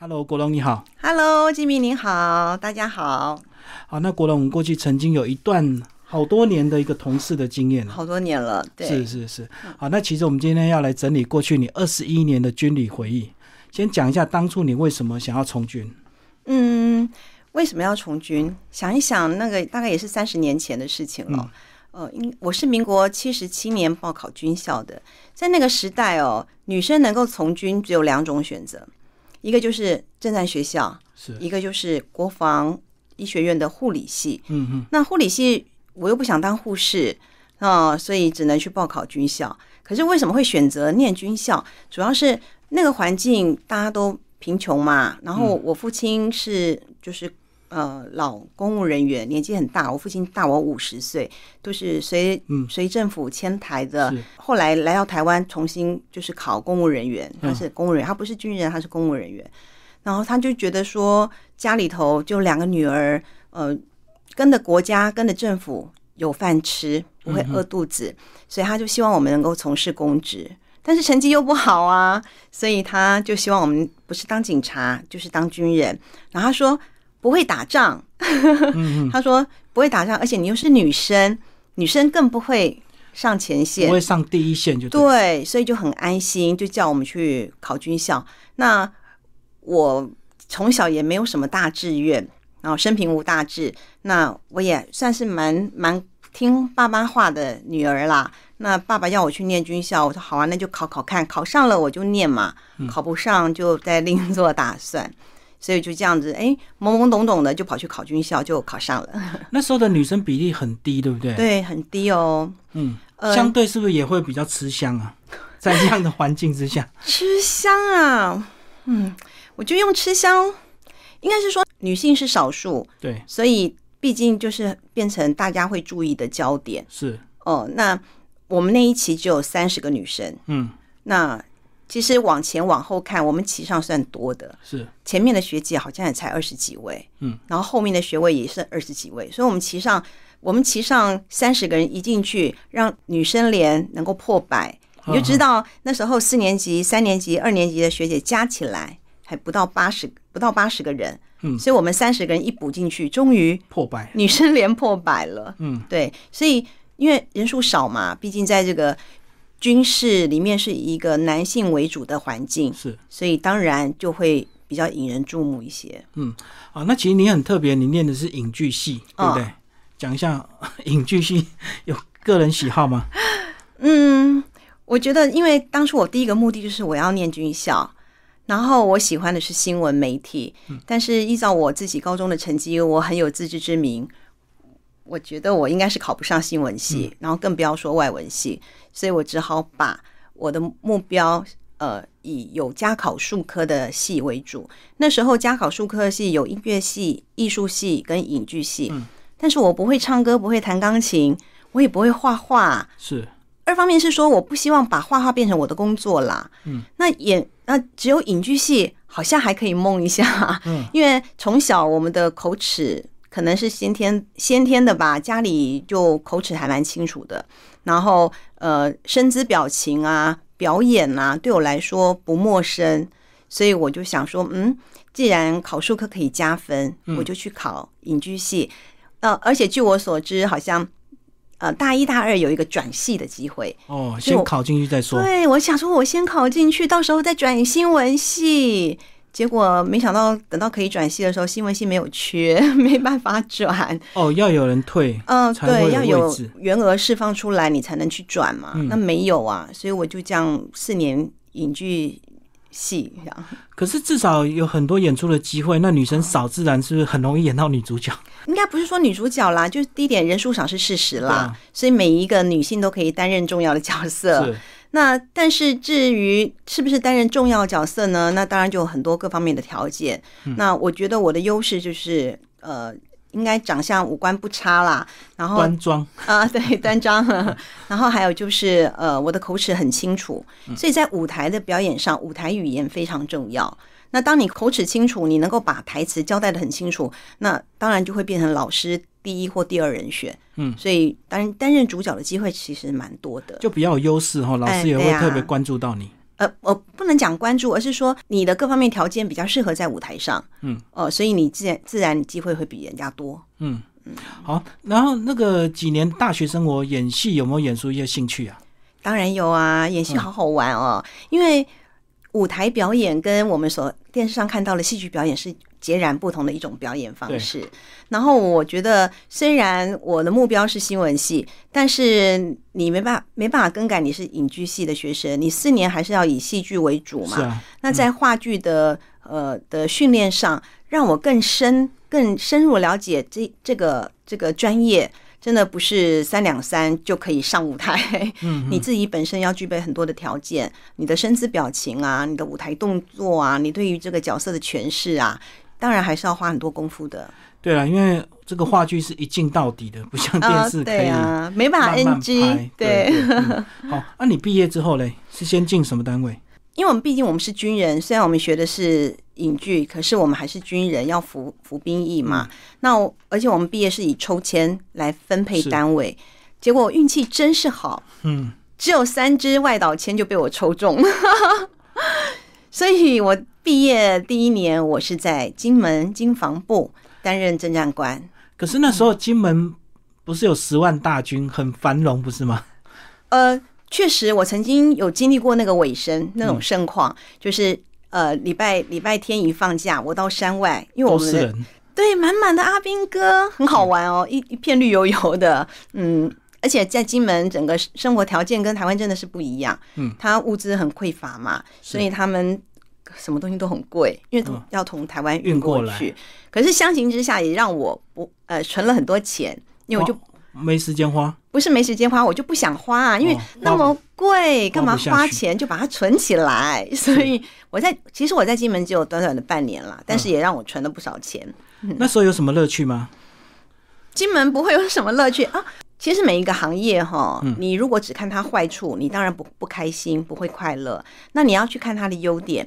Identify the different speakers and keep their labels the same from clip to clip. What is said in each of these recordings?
Speaker 1: Hello，国龙你好。
Speaker 2: Hello，金明您好，大家好，
Speaker 1: 好，那国龙，我们过去曾经有一段好多年的一个同事的经验了。啊
Speaker 2: 好多年了，对，
Speaker 1: 嗯是
Speaker 2: 嗯
Speaker 1: 是是。好，那其实我们今天要来整理过去你二十一年的军旅回忆。先讲一下当初你为什么想要从军？
Speaker 2: 嗯，为什么要从军？想一想，那个大概也是三十年前的事情了。
Speaker 1: 嗯
Speaker 2: 呃，因我是民国七十七年报考军校的，在那个时代哦，女生能够从军只有两种选择，一个就是正战学校，
Speaker 1: 是，
Speaker 2: 一个就是国防医学院的护理系。
Speaker 1: 嗯嗯，
Speaker 2: 那护理系我又不想当护士啊、所以只能去报考军校。可是为什么会选择念军校？主要是那个环境大家都贫穷嘛，然后
Speaker 1: 嗯
Speaker 2: 我父亲是就是。呃，老公务人员年纪很大，我父亲大我五十岁，都是随
Speaker 1: 嗯
Speaker 2: 随政府迁台的
Speaker 1: 是。
Speaker 2: 后来来到台湾，重新就是考公务人员，他
Speaker 1: 嗯
Speaker 2: 是公务人员，他不是军人，他是公务人员。然后他就觉得说，家里头就两个女儿，呃，跟着国家、跟着政府有饭吃，不会饿肚子，所以他就希望我们能够从事公职。但是成绩又不好啊，所以他就希望我们不是当警察就是当军人。然后他说不会打仗， 他说不会打仗，而且你又是女生，女生更不会上前线
Speaker 1: 不，会上第一线就对。
Speaker 2: 对，所以就很安心，就叫我们去考军校。那我从小也没有什么大志愿，然后生平无大志，那我也算是蛮蛮听爸妈话的女儿啦。那爸爸要我去念军校，我说好啊，那就考考看，考上了我就念嘛，考不上就再另做打算。所以就这样子，哎，懵懵懂懂的就跑去考军校，就考上了。
Speaker 1: 那时候的女生比例很低，对不对？。
Speaker 2: 对，很低哦。
Speaker 1: 嗯，
Speaker 2: 呃
Speaker 1: 相对是不是也会比较吃香啊？在这样的环境之下，
Speaker 2: 吃香啊，嗯，我就用吃香，应该是说女性是少数，
Speaker 1: 对，
Speaker 2: 所以毕竟就是变成大家会注意的焦点
Speaker 1: 是，
Speaker 2: 哦。那我们那一期只有三十个女生，
Speaker 1: 嗯，
Speaker 2: 那其实往前往后看，我们期上算多的，
Speaker 1: 是，
Speaker 2: 前面的学姐好像也才二十几位，
Speaker 1: 嗯，
Speaker 2: 然后后面的学位也是二十几位，所以我们骑上我们骑上三十个人一进去，让女生连能够破百，
Speaker 1: 嗯
Speaker 2: 你就知道那时候四年级、三年级、二年级的学姐加起来还不到八十，不到八十个人，
Speaker 1: 嗯
Speaker 2: 所以我们三十个人一补进去，终于
Speaker 1: 破百。
Speaker 2: 女生连破百了，
Speaker 1: 嗯，
Speaker 2: 对，所以因为人数少嘛，毕竟在这个军事里面是以一个男性为主的环境，
Speaker 1: 是。
Speaker 2: 所以当然就会比较引人注目一些。
Speaker 1: 啊，那其实你很特别，你念的是影剧系，对
Speaker 2: 哦
Speaker 1: 不对？讲一下 影剧系有个人喜好吗？
Speaker 2: 嗯，我觉得因为当初我第一个目的就是我要念军校，然后我喜欢的是新闻媒体，但是依照我自己高中的成绩，我很有自知之明。我觉得我应该是考不上新闻系，然后更不要说外文系，所以我只好把我的目标呃以有加考数科的系为主。那时候加考数科系有音乐系、艺术系跟影剧系，但是我不会唱歌，不会弹钢琴，我也不会画画，
Speaker 1: 是，
Speaker 2: 二方面是说，我不希望把画画变成我的工作啦。
Speaker 1: 嗯，
Speaker 2: 那演那只有影剧系好像还可以梦一下，
Speaker 1: 嗯，
Speaker 2: 因为从小我们的口齿可能是先天先天的吧，家里就口齿还蛮清楚的。然后呃，身姿表情啊，表演啊，对我来说不陌生，所以我就想说，嗯，既然考数科可以加分，
Speaker 1: 嗯
Speaker 2: 我就去考影剧系。呃，而且据我所知，好像呃大一大二有一个转系的机会。
Speaker 1: 哦，
Speaker 2: 就
Speaker 1: 先考进去再说。
Speaker 2: 对，我想说，我先考进去，到时候再转新闻系。结果没想到，等到可以转系的时候，新闻系没有缺， 没办法转。
Speaker 1: 哦，要有人退，
Speaker 2: 嗯、
Speaker 1: 才会
Speaker 2: 对，要
Speaker 1: 有位
Speaker 2: 有
Speaker 1: 置。嗯
Speaker 2: 员额释放出来，你才能去转嘛。那没有啊，所以我就这样四年影剧系这样。
Speaker 1: 可是至少有很多演出的机会，那女生少，自然是不是很容易演到女主角？
Speaker 2: 应该不是说女主角啦，就是第一点人数少是事实啦，
Speaker 1: 对啊
Speaker 2: 所以每一个女性都可以担任重要的角色。
Speaker 1: 是，
Speaker 2: 那但是至于是不是担任重要角色呢？那当然就有很多各方面的条件。
Speaker 1: 嗯
Speaker 2: 那我觉得我的优势就是呃。应该长相五官不差啦，然后
Speaker 1: 端庄。
Speaker 2: 啊， 对，端庄。 然后还有就是，呃，我的口齿很清楚，
Speaker 1: 嗯
Speaker 2: 所以在舞台的表演上，舞台语言非常重要。那当你口齿清楚，你能够把台词交代的很清楚，那当然就会变成老师第一或第二人选。
Speaker 1: 嗯，
Speaker 2: 所以担担任主角的机会其实蛮多的。
Speaker 1: 就比较有优势哈，老
Speaker 2: 哎
Speaker 1: 师也会
Speaker 2: 对啊
Speaker 1: 特别关注到你。
Speaker 2: 呃，我不能讲关注，而是说你的各方面条件比较适合在舞台上，
Speaker 1: 嗯，
Speaker 2: 哦、所以你自然自然机会会比人家多。
Speaker 1: 嗯，好。然后那个几年大学生活演戏有没有演出一些兴趣啊？
Speaker 2: 当然有啊，演戏好好玩哦，因为舞台表演跟我们所电视上看到的戏剧表演是截然不同的一种表演方式。然后我觉得，虽然我的目标是新闻系，但是你没办法没办法更改你是影剧系的学生，你四年还是要以戏剧为主嘛。
Speaker 1: 是啊，
Speaker 2: 那在话剧的、呃的训练上，让我更深、更深入了解这这个这个专业，真的不是三两三就可以上舞台。
Speaker 1: 嗯，
Speaker 2: 你自己本身要具备很多的条件，你的身姿表情啊，你的舞台动作啊，你对于这个角色的诠释啊，当然还是要花很多功夫的。
Speaker 1: 对啊了，因为这个话剧是一镜到底的，不像电视可
Speaker 2: 对
Speaker 1: 以
Speaker 2: 啊，没办法
Speaker 1: 慢慢
Speaker 2: NG
Speaker 1: 拍。对，对嗯 好。那你毕业之后嘞，是先进什么单位？
Speaker 2: 因为我们毕竟我们是军人，虽然我们学的是影剧，可是我们还是军人，要服服兵役
Speaker 1: 嗯
Speaker 2: 嘛。那我而且我们毕业是以抽签来分配
Speaker 1: 是
Speaker 2: 单位，结果我运气真是好，
Speaker 1: 嗯，
Speaker 2: 只有三支外岛签就被我抽中， 所以我毕业第一年我是在金门金防部担任侦战官。
Speaker 1: 可是那时候金门不是有十万大军，很繁荣，不是吗？
Speaker 2: 呃，确实，我曾经有经历过那个尾声那
Speaker 1: 嗯
Speaker 2: 种盛况，就是呃，礼拜礼拜天一放假，我到山外，因为我
Speaker 1: 都
Speaker 2: 们
Speaker 1: 是
Speaker 2: 的
Speaker 1: 人，
Speaker 2: 对满满的阿兵哥很好玩哦，一一片绿油油的，嗯。而且在金门，整个生活条件跟台湾真的是不一样。
Speaker 1: 嗯，
Speaker 2: 它物资很匮乏嘛，
Speaker 1: 是
Speaker 2: 所以他们什么东西都很贵，因为
Speaker 1: 嗯
Speaker 2: 要从台湾
Speaker 1: 运
Speaker 2: 运
Speaker 1: 过
Speaker 2: 过
Speaker 1: 来
Speaker 2: 去。可是相形之下，也让我不呃存了很多钱，因为我就
Speaker 1: 没时间花。
Speaker 2: 不是没时间花，我就不想花啊，因为
Speaker 1: 哦
Speaker 2: 那么贵，干嘛
Speaker 1: 花不下
Speaker 2: 花
Speaker 1: 去
Speaker 2: 钱就把它存起来？所以我在其实我在金门只有短短的半年啦，但
Speaker 1: 嗯
Speaker 2: 是也让我存了不少钱。
Speaker 1: 那时候有什么乐趣吗？
Speaker 2: 金门不会有什么乐趣啊。其实每一个行业哈，你如果只看它坏处，你当然不不开心，不会快乐。那你要去看它的优点，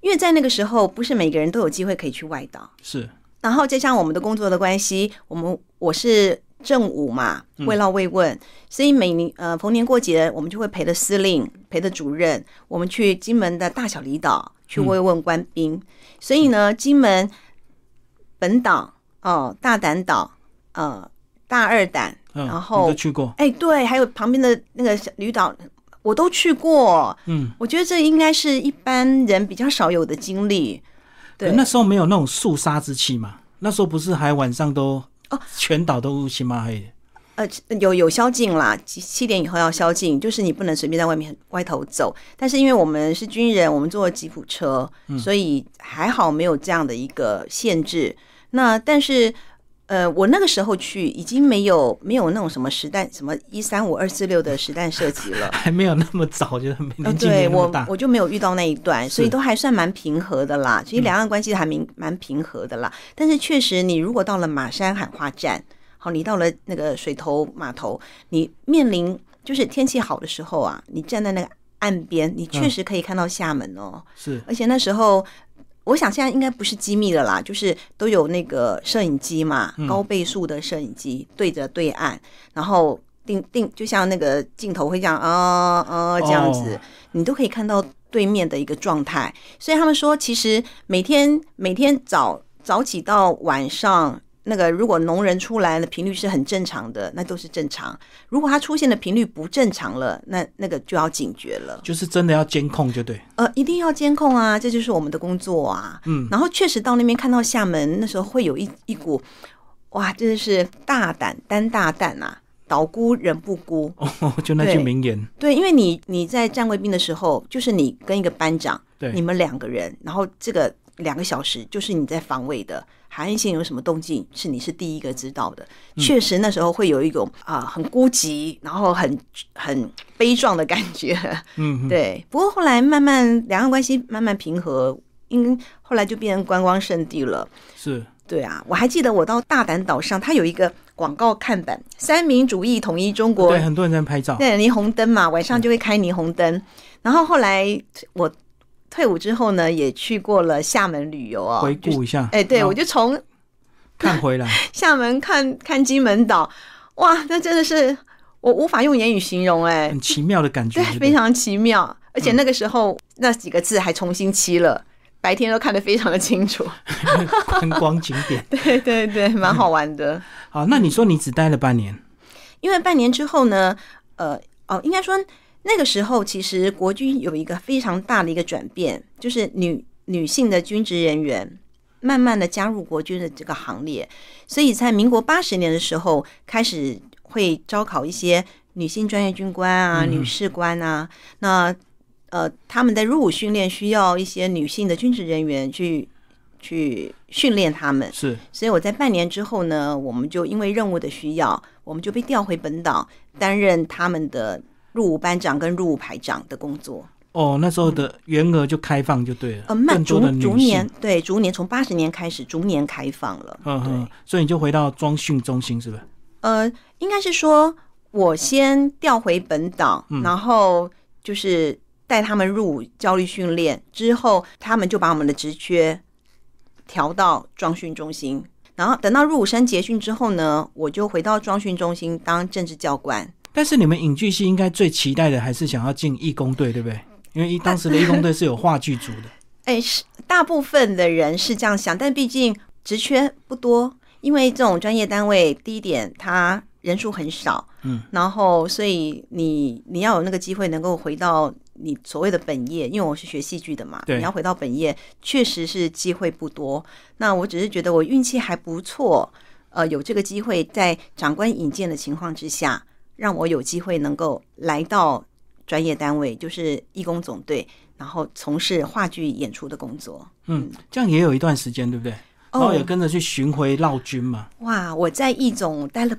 Speaker 2: 因为在那个时候，不是每个人都有机会可以去外岛。
Speaker 1: 是，
Speaker 2: 然后加上我们的工作的关系，我们我是正午嘛，慰劳慰问，所以每年呃逢年过节，我们就会陪着司令、陪着主任，我们去金门的大小离岛去慰问官兵。所以呢，金门本岛哦、大胆岛呃大二胆，
Speaker 1: 嗯，
Speaker 2: 然后
Speaker 1: 你都去过，
Speaker 2: 哎对，还有旁边的那个小离岛，我都去过。
Speaker 1: 嗯，
Speaker 2: 我觉得这应该是一般人比较少有的经历。对
Speaker 1: 可，那时候没有那种肃杀之气嘛。那时候不是还晚上都
Speaker 2: 哦，
Speaker 1: 全岛都乌漆嘛黑 的。。
Speaker 2: 呃，有有宵禁啦，七七点以后要宵禁，就是你不能随便在外面外头走。但是因为我们是军人，我们坐吉普车，所以还好没有这样的一个限制。那但是，呃，我那个时候去已经没有没有那种什么实弹什么一三五二四六的实弹射击了
Speaker 1: 还没有那么早，就是没
Speaker 2: 呃
Speaker 1: 年纪没
Speaker 2: 对
Speaker 1: 那么
Speaker 2: 我
Speaker 1: 大。
Speaker 2: 我就没有遇到那一段，所以
Speaker 1: 是嗯
Speaker 2: 都还算蛮平和的啦。其实两岸关系还蛮蛮平和的啦，但是确实，你如果到了马山喊话站，好，你到了那个水头码头，你面临就是天气好的时候啊，你站在那个岸边，你
Speaker 1: 嗯
Speaker 2: 确实可以看到厦门哦。
Speaker 1: 是
Speaker 2: 而且那时候，我想现在应该不是机密了啦，就是都有那个摄影机嘛，
Speaker 1: 嗯
Speaker 2: 高倍数的摄影机对着对岸，然后定定就像那个镜头会这样啊啊、这样子，
Speaker 1: 哦
Speaker 2: 你都可以看到对面的一个状态。所以他们说，其实每天每天早早起到晚上。那个如果农人出来的频率是很正常的，那都是正常。如果它出现的频率不正常了，那那个就要警觉了。
Speaker 1: 就是真的要监控，就对。
Speaker 2: 呃，一定要监控啊，这就是我们的工作啊。
Speaker 1: 嗯，
Speaker 2: 然后确实到那边看到厦门，那时候会有一一股，哇，真的是大胆担大胆啊，倒孤人不孤。
Speaker 1: 哦，就那句
Speaker 2: 对
Speaker 1: 名言，
Speaker 2: 对，因为你你在站卫兵的时候，就是你跟一个班长，
Speaker 1: 对
Speaker 2: 你们两个人，然后这个两个小时就是你在防卫的，海岸线有什么动静是你是第一个知道的。
Speaker 1: 嗯
Speaker 2: 确实那时候会有一种啊、很孤寂，然后很很悲壮的感觉。
Speaker 1: 嗯，嗯
Speaker 2: 对，不过后来慢慢两岸关系慢慢平和，因后来就变成观光胜地了。
Speaker 1: 是
Speaker 2: 对啊，我还记得我到大胆岛上，它有一个广告看板，“三民主义统一中国
Speaker 1: 对，嗯很多人在拍”，照，
Speaker 2: 对，霓虹灯嘛，晚上就会开霓虹灯。然后后来我退伍之后呢，也去过了厦门旅游哦，
Speaker 1: 回
Speaker 2: 就是。
Speaker 1: 顾一嗯下。
Speaker 2: 哎，对，
Speaker 1: 然后
Speaker 2: 我就从
Speaker 1: 看回来，
Speaker 2: 厦门看看金门岛， 哇，那真的是我无法用言语形容哎、
Speaker 1: 很奇妙的感觉，
Speaker 2: 对
Speaker 1: 对，不
Speaker 2: 非
Speaker 1: 对
Speaker 2: 常奇妙。而而且那个时候、那几个字还重新漆了，白天都看得非常的清楚。
Speaker 1: 观光景点。
Speaker 2: 对对对，蛮好玩的。
Speaker 1: 好，那你说你只待了半 年，
Speaker 2: 因为半年之后呢，呃，哦，应该说那个时候其实国军有一个非常大的一个转变，就是女女性的军职人员慢慢的加入国军的这个行列，所以在民国八十年的时候开始会招考一些女性专业军官啊、女士官啊，那呃他们在入伍训练需要一些女性的军职人员去去训练他们，
Speaker 1: 是
Speaker 2: 所以我在半年之后呢，我们就因为任务的需要，我们就被调回本岛，担任他们的入伍班长跟入伍排长的工作。
Speaker 1: 哦，那时候的员额就开放就对了，
Speaker 2: 呃，慢
Speaker 1: 更
Speaker 2: 逐
Speaker 1: 多的女
Speaker 2: 逐
Speaker 1: 性
Speaker 2: 年，对，逐年从八十年开始逐年开放了。
Speaker 1: 嗯嗯
Speaker 2: 对，，
Speaker 1: 所以你就回到装训中心是吧？
Speaker 2: 呃，应该是说我先调回本岛，然后就是带他们入伍焦虑训练之后，他们就把我们的职缺调到装训中心。然后等到入伍生结训之后呢，我就回到装训中心当政治教官。
Speaker 1: 但是你们影剧系应该最期待的还是想要进义工队，对不对？因为一当时的义工队是有话剧组的，
Speaker 2: 哎，是大部分的人是这样想，但毕竟职缺不多，因为这种专业单位，第一点它人数很少，
Speaker 1: 嗯，
Speaker 2: 然后所以你你要有那个机会能够回到你所谓的本业，因为我是学戏剧的嘛，
Speaker 1: 对
Speaker 2: 你要回到本业，确实是机会不多。那我只是觉得我运气还不错，呃，有这个机会在长官引荐的情况之下，让我有机会能够来到专业单位，就是义工总队，然后从事话剧演出的工作。
Speaker 1: 嗯，这样也有一段时间，对不
Speaker 2: 哦
Speaker 1: 对？然后也跟着去巡回绕军嘛，
Speaker 2: 哇，我在义总待了，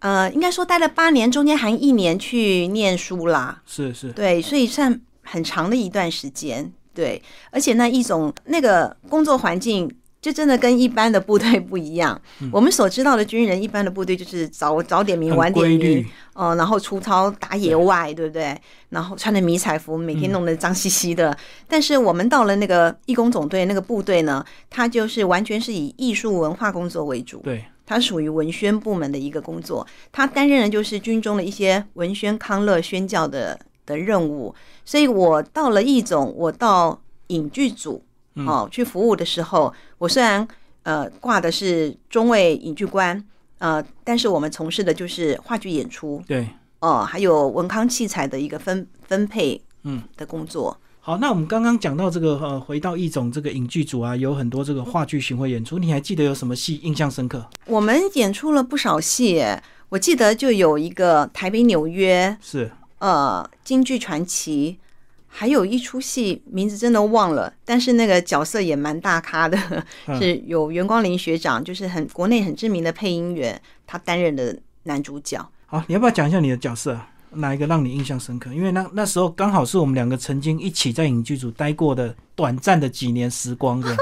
Speaker 2: 呃，应该说待了八年，中间还一年去念书啦。
Speaker 1: 是是，
Speaker 2: 对，所以算很长的一段时间。对，而且那一种那个工作环境，就真的跟一般的部队不一样。我们所知道的军人，一般的部队就是早早点名，
Speaker 1: 嗯
Speaker 2: 晚
Speaker 1: 很规
Speaker 2: 点名
Speaker 1: 律，，
Speaker 2: 哦、然后出操打野外，对不对？然后穿着迷彩服，每天弄得脏兮兮的。但是我们到了那个义工总队那个部队呢，它就是完全是以艺术文化工作为主，
Speaker 1: 对，
Speaker 2: 它属于文宣部门的一个工作，它担任的就是军中的一些文宣、康乐、宣教的的任务。所以我到了义总，我到影剧组哦去服务的时候，我虽然呃挂的是中尉影剧官。呃，但是我们从事的就是话剧演出，
Speaker 1: 对。
Speaker 2: 哦，还有文康器材的一个分分配，
Speaker 1: 嗯
Speaker 2: 的工作，
Speaker 1: 好，那我们刚刚讲到这个呃，回到一种这个影剧组啊，有很多这个话剧巡回演出，你还记得有什么戏印象深刻？
Speaker 2: 我们演出了不少戏耶。我记得就有一个台北、纽约，
Speaker 1: 是
Speaker 2: 呃，京剧传奇，还有一出戏名字真的忘了，但是那个角色也蛮大咖的，
Speaker 1: 嗯
Speaker 2: 是有袁光林学长，就是很国内很知名的配音员，他担任的男主角。
Speaker 1: 好，你要不要讲一下你的角色、啊？哪一个让你印象深刻？因为那那时候刚好是我们两个曾经一起在影剧组待过的短暂的几年时光 这样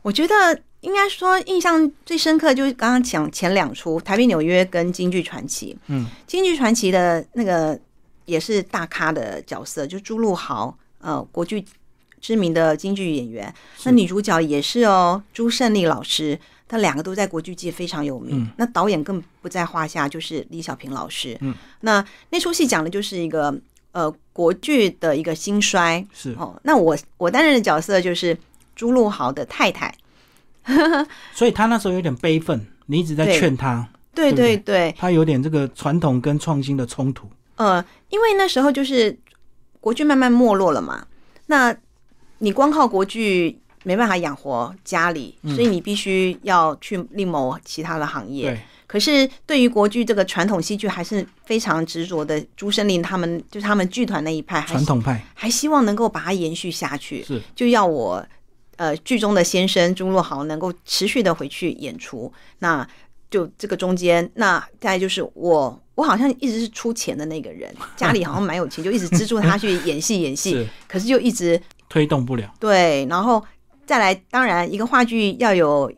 Speaker 2: 我觉得应该说印象最深刻就是刚刚讲前两出《台北、纽约》跟京剧传奇。
Speaker 1: 嗯，
Speaker 2: 京剧传奇的那个也是大咖的角色，就朱露豪，呃，国剧知名的京剧演员。那女主角也是哦，朱胜利老师，她两个都在国剧界非常有名。那导演更不在话下，就是李小平老师。
Speaker 1: 嗯，
Speaker 2: 那那出戏讲的就是一个呃国剧的一个兴衰，
Speaker 1: 是
Speaker 2: 哦，那我我担任的角色就是朱露豪的太太。
Speaker 1: 所以他那时候有点悲愤，你一直在
Speaker 2: 对
Speaker 1: 劝他，
Speaker 2: 对
Speaker 1: 对
Speaker 2: 对
Speaker 1: 不
Speaker 2: 对，
Speaker 1: 他有点这个传统跟创新的冲突。
Speaker 2: 呃，因为那时候就是国剧慢慢没落了嘛，那你光靠国剧没办法养活家里，
Speaker 1: 嗯
Speaker 2: 所以你必须要去另谋其他的行业。
Speaker 1: 对，
Speaker 2: 可是对于国剧这个传统戏剧还是非常执着的，朱生林他们就是他们剧团那一派，还
Speaker 1: 传
Speaker 2: 是
Speaker 1: 统派
Speaker 2: 还希望能够把它延续下去。
Speaker 1: 是
Speaker 2: 就要我呃剧中的先生朱若豪能够持续的回去演出。那就这个中间，那再来就是我，我好像一直是出钱的那个 人，家里好像蛮有钱，就一直资助他去演戏演戏，
Speaker 1: 是
Speaker 2: 可是就一直
Speaker 1: 推动不了，
Speaker 2: 对，然后再来，当然一个话剧要有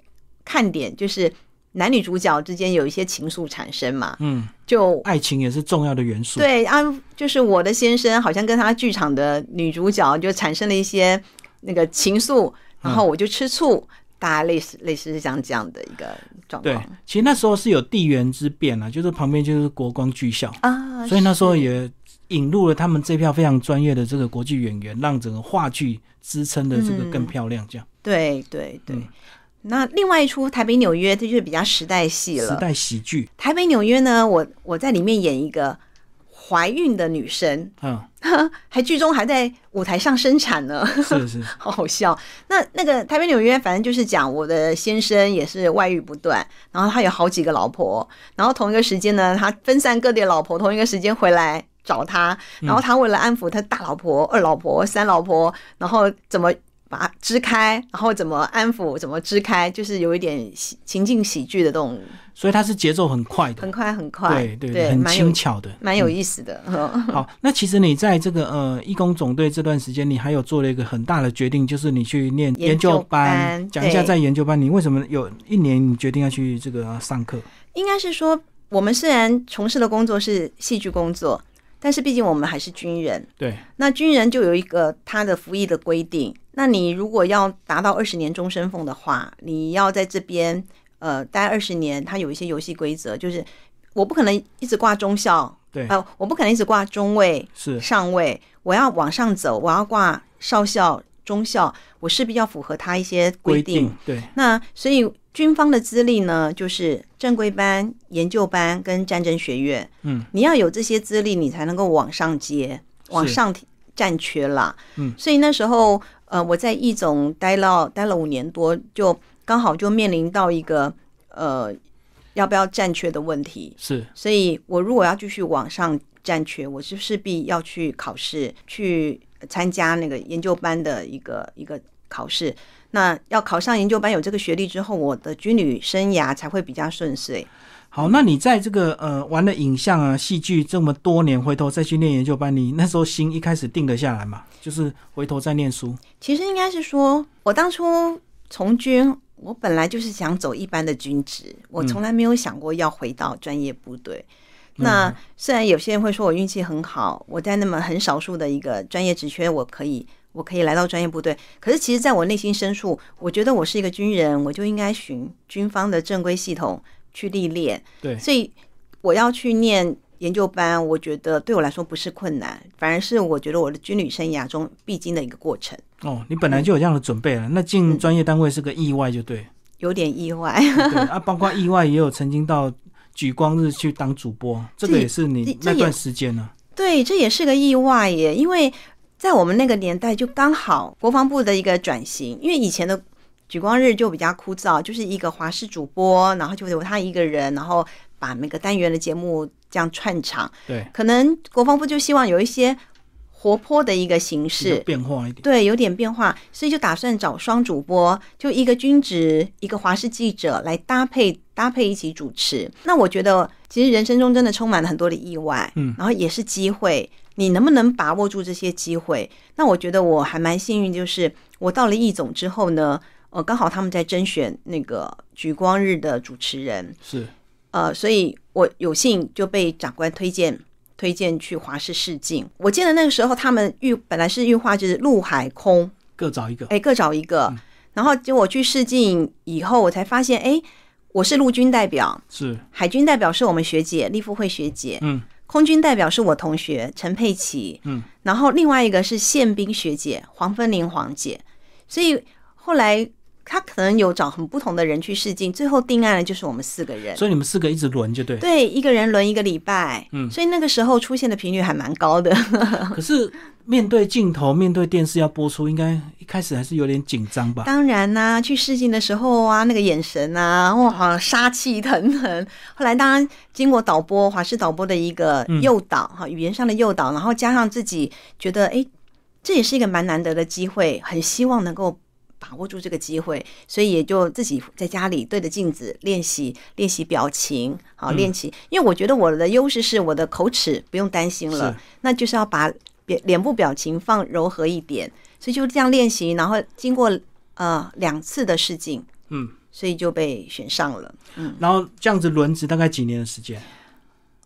Speaker 2: 看点，就是男女主角之间有一些情愫产生嘛，
Speaker 1: 嗯，
Speaker 2: 就
Speaker 1: 爱情也是重要的元素。
Speaker 2: 对啊，就是我的先生好像跟他剧场的女主角就产生了一些那个情愫，然
Speaker 1: 嗯
Speaker 2: 后我就吃醋，大概类似类似是像这样的一个状
Speaker 1: 对
Speaker 2: 况，
Speaker 1: 其实那时候是有地缘之变啊，就是旁边就是国光剧校，
Speaker 2: 啊。
Speaker 1: 所以那时候也引入了他们这票非常专业的这个国际演员，让整个话剧支撑的这个更漂亮，这样。
Speaker 2: 对对对。
Speaker 1: 嗯
Speaker 2: 那另外一出《台北纽约》，这嗯就是比较时代戏
Speaker 1: 时
Speaker 2: 了。
Speaker 1: 代喜剧，
Speaker 2: 《台北纽约》呢，我我在里面演一个怀孕的女生，
Speaker 1: 嗯，
Speaker 2: 还剧中还在舞台上生产呢。
Speaker 1: 是是，
Speaker 2: 好好笑。那那个台北纽约，反正就是讲我的先生也是外遇不断，然后他有好几个老婆，然后同一个时间呢，他分散各地的老婆，同一个时间回来找他，
Speaker 1: 嗯
Speaker 2: 然后他为了安抚他大老婆、二老婆、三老婆，然后怎么。把它支开，然后怎么安抚，怎么支开，就是有一点喜情境喜剧的这种，
Speaker 1: 所以它是节奏很快的，
Speaker 2: 很快很快，
Speaker 1: 对对，
Speaker 2: 对，
Speaker 1: 很
Speaker 2: 蛮有
Speaker 1: 轻巧的。嗯
Speaker 2: 蛮有意思的。
Speaker 1: 好，那其实你在这个呃义工总队这段时间，你还有做了一个很大的决定，就是你去念
Speaker 2: 研
Speaker 1: 研
Speaker 2: 究
Speaker 1: 究班。
Speaker 2: 班
Speaker 1: 讲一下
Speaker 2: 对
Speaker 1: 在研究班，你为什么有一年你决定要去这个、呃上课？
Speaker 2: 应该是说，我们虽然从事的工作是戏剧工作，但是毕竟我们还是军人。
Speaker 1: 对，
Speaker 2: 那军人就有一个他的服役的规定，那你如果要达到二十年终身俸的话，你要在这边呃待二十年，他有一些游戏规则，就是我不可能一直挂中校，
Speaker 1: 对
Speaker 2: 呃，我不可能一直挂中尉、
Speaker 1: 是
Speaker 2: 上尉，我要往上走，我要挂少校、中校，我势必要符合他一些
Speaker 1: 规
Speaker 2: 规定。，
Speaker 1: 对，
Speaker 2: 那所以军方的资历呢，就是正规班、研究班跟战争学院。
Speaker 1: 嗯，
Speaker 2: 你要有这些资历，你才能够往上接，往上提占缺啦。
Speaker 1: 嗯，
Speaker 2: 所以那时候，呃，我在一总待了待了五年多，就刚好就面临到一个呃，要不要占缺的问题。
Speaker 1: 是
Speaker 2: 所以我如果要继续往上占缺，我是势必要去考试，去参加那个研究班的一个一个考试。那要考上研究班有这个学历之后，我的军旅生涯才会比较顺遂。
Speaker 1: 好。那你在这个呃玩了影像啊、戏剧这么多年，回头再去念研究班，你那时候心一开始定得下来嘛？就是回头再念书，
Speaker 2: 其实应该是说，我当初从军，我本来就是想走一般的军职，我从来没有想过要回到专业部队。那虽然有些人会说我运气很好，我在那么很少数的一个专业职缺，我可以我可以来到专业部队，可是其实在我内心深处，我觉得我是一个军人，我就应该循军方的正规系统去历练。
Speaker 1: 对
Speaker 2: 所以我要去念研究班，我觉得对我来说不是困难，反而是我觉得我的军旅生涯中必经的一个过程。
Speaker 1: 哦，你本来就有这样的准备了，那进专业单位是个意外，就对。
Speaker 2: 有点意外，
Speaker 1: 对啊，包括意外也有曾经到举光日去当主播，这个也是
Speaker 2: 这
Speaker 1: 你
Speaker 2: 这
Speaker 1: 那
Speaker 2: 也
Speaker 1: 段时间呢、
Speaker 2: 对，这也是个意外耶，因为在我们那个年代就刚好国防部的一个转型，因为以前的举光日就比较枯燥，就是一个华视主播，然后就留他一个人，然后把每个单元的节目这样串场，
Speaker 1: 对，
Speaker 2: 可能国防部就希望有一些活泼的一个形
Speaker 1: 比较
Speaker 2: 式。
Speaker 1: 变化一点。
Speaker 2: 对，有点变化，所以就打算找双主播，就一个军职，一个华视记者来搭配搭配一起主持。那我觉得，其实人生中真的充满了很多的意外，
Speaker 1: 嗯，
Speaker 2: 然后也是机会，你能不能把握住这些机会？那我觉得我还蛮幸运，就是我到了易总之后呢，呃，刚好他们在甄选那个举光日的主持人，
Speaker 1: 是
Speaker 2: 呃，所以我有幸就被长官推荐推荐去华视试镜。我记得那个时候他们预本来是预划就是陆海空，
Speaker 1: 各找一个，
Speaker 2: 哎，各找一个。然后结果去试镜以后，我才发现，哎，我是陆军代表，
Speaker 1: 是
Speaker 2: 海军代表是我们学姐立副会学姐，
Speaker 1: 嗯，
Speaker 2: 空军代表是我同学陈佩琪，
Speaker 1: 嗯，
Speaker 2: 然后另外一个是宪兵学姐黄芬玲黄姐，所以后来。他可能有找很不同的人去试镜，最后定案的就是我们四个人。
Speaker 1: 所以你们四个一直轮就对。
Speaker 2: 对，一个人轮一个礼拜，
Speaker 1: 嗯
Speaker 2: 所以那个时候出现的频率还蛮高的。
Speaker 1: 可是面对镜头、面对电视要播出，应该一开始还是有点紧张吧？
Speaker 2: 当然啦、去试镜的时候啊，那个眼神啊，哇，杀气腾腾。后来当然经过导播华视导播的一个
Speaker 1: 嗯
Speaker 2: 诱导哈、语言上的诱导，然后加上自己觉得，哎，这也是一个蛮难得的机会，很希望能够。把握住这个机会，所以也就自己在家里对着镜子练习练习表情，
Speaker 1: 嗯
Speaker 2: 好练习。因为我觉得我的优势是我的口齿不用担心了
Speaker 1: 是，
Speaker 2: 那就是要把脸脸部表情放柔和一点，所以就这样练习，然后经过呃两次的试镜，
Speaker 1: 嗯，
Speaker 2: 所以就被选上了。
Speaker 1: 然后这样子轮值大概几年的时间？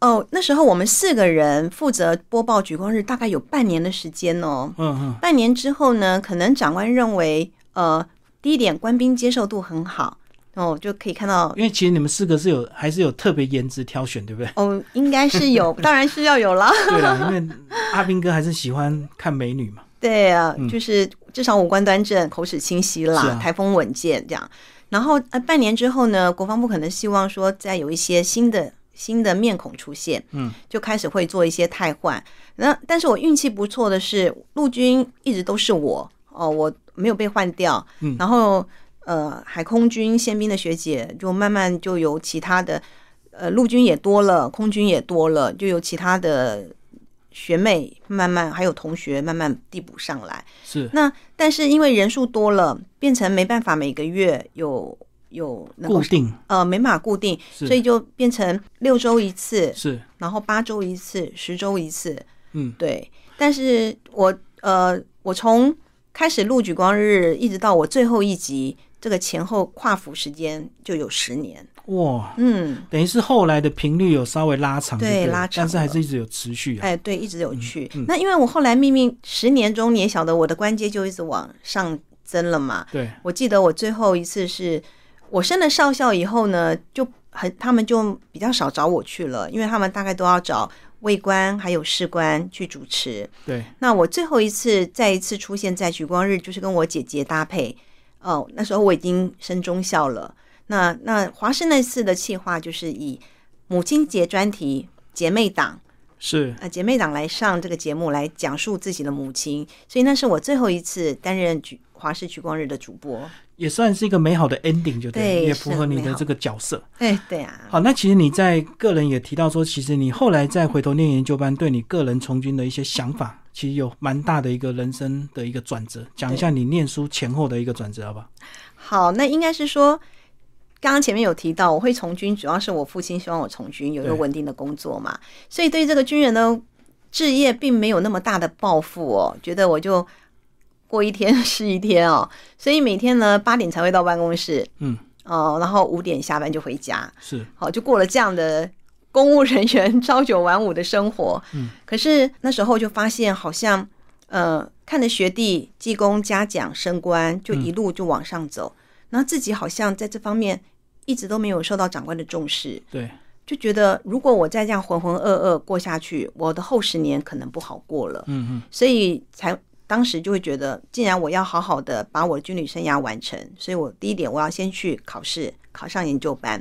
Speaker 2: 哦，那时候我们四个人负责播报举光日，大概有半年的时间哦。
Speaker 1: 嗯嗯，
Speaker 2: 半年之后呢，可能长官认为，呃，第一点，官兵接受度很好，然后就可以看到？
Speaker 1: 因为其实你们四个是有还是有特别颜值挑选，对不对
Speaker 2: 哦，应该是有，当然是要有了。
Speaker 1: 对啦，因为阿斌哥还是喜欢看美女嘛。
Speaker 2: 对啊，就是至少五官端正，口齿清晰
Speaker 1: 嗯是
Speaker 2: 啦
Speaker 1: 啊，
Speaker 2: 台风稳健这样。然后呃，半年之后呢，国防部可能希望说再有一些新的新的面孔出现，
Speaker 1: 嗯，
Speaker 2: 就开始会做一些汰换。那但是我运气不错的是，陆军一直都是我哦，我没有被换掉。
Speaker 1: 嗯
Speaker 2: 然后呃，海空军宪兵的学姐就慢慢就由其他的呃陆军也多了，空军也多了，就由其他的学妹慢慢还有同学慢慢递补上来。
Speaker 1: 是
Speaker 2: 那但是因为人数多了，变成没办法每个月有有能够
Speaker 1: 固定
Speaker 2: 呃没办法固定，
Speaker 1: 是
Speaker 2: 所以就变成六周一次，
Speaker 1: 是，
Speaker 2: 然后八周一次，十周一次，
Speaker 1: 嗯，
Speaker 2: 对。但是我呃，我从开始录《举光日》一直到我最后一集，这个前后跨服时间就有十年。
Speaker 1: 哇，
Speaker 2: 嗯，
Speaker 1: 等于是后来的频率有稍微拉长就
Speaker 2: 对
Speaker 1: 对了，
Speaker 2: 拉长
Speaker 1: 但是还是一直有持续啊。
Speaker 2: 哎，对，一直有去。
Speaker 1: 嗯嗯
Speaker 2: 那因为我后来命运十年中，你也晓得我的关节就一直往上增了嘛。
Speaker 1: 对，
Speaker 2: 我记得我最后一次是我升了少校以后呢，就很他们就比较少找我去了，因为他们大概都要找卫官还有士官去主持。
Speaker 1: 对，
Speaker 2: 那我最后一次再一次出现在举光日，就是跟我姐姐搭配。哦，那时候我已经升中校了。那那华师那次的企划就是以母亲节专题姐妹档，
Speaker 1: 是
Speaker 2: 呃，姐妹档来上这个节目来讲述自己的母亲，所以那是我最后一次担任举华师举光日的主播。
Speaker 1: 也算是一个美好的 ending，就对了，
Speaker 2: 对
Speaker 1: 也符
Speaker 2: 是
Speaker 1: 合
Speaker 2: 很
Speaker 1: 你
Speaker 2: 美
Speaker 1: 的
Speaker 2: 好
Speaker 1: 这个角色。
Speaker 2: 哎，对啊，
Speaker 1: 好，那其实你在个人也提到说，其实你后来再回头念研究班，对你个人从军的一些想法，其实有蛮大的一个人生的一个转折。讲一下你念书前后的一个转折，好不好？
Speaker 2: 好，那应该是说，刚刚前面有提到，我会从军，主要是我父亲希望我从军，有一个
Speaker 1: 对
Speaker 2: 稳定的工作嘛，所以对这个军人的置业并没有那么大的抱负哦，觉得我就过一天 是一天哦，所以每天呢八点才会到办公室，
Speaker 1: 嗯，
Speaker 2: 哦，然后五点下班就回家，
Speaker 1: 是
Speaker 2: 好，就过了这样的公务人员 朝九晚五的生活。
Speaker 1: 嗯，
Speaker 2: 可是那时候就发现，好像呃，看着学弟技工嘉奖升官，就
Speaker 1: 嗯
Speaker 2: 一路就往上走，然后自己好像在这方面一直都没有受到长官的重视，
Speaker 1: 对，
Speaker 2: 就觉得如果我再这样浑浑噩噩过下去，我的后十年可能不好过了。
Speaker 1: 嗯嗯，
Speaker 2: 所以才当时就会觉得，既然我要好好的把我的军旅生涯完成，所以我第一点我要先去考试，考上研究班。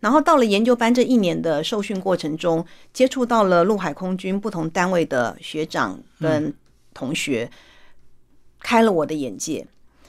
Speaker 2: 然后到了研究班这一年的受训过程中，接触到了陆海空军不同单位的学长跟同学，开了我的眼界，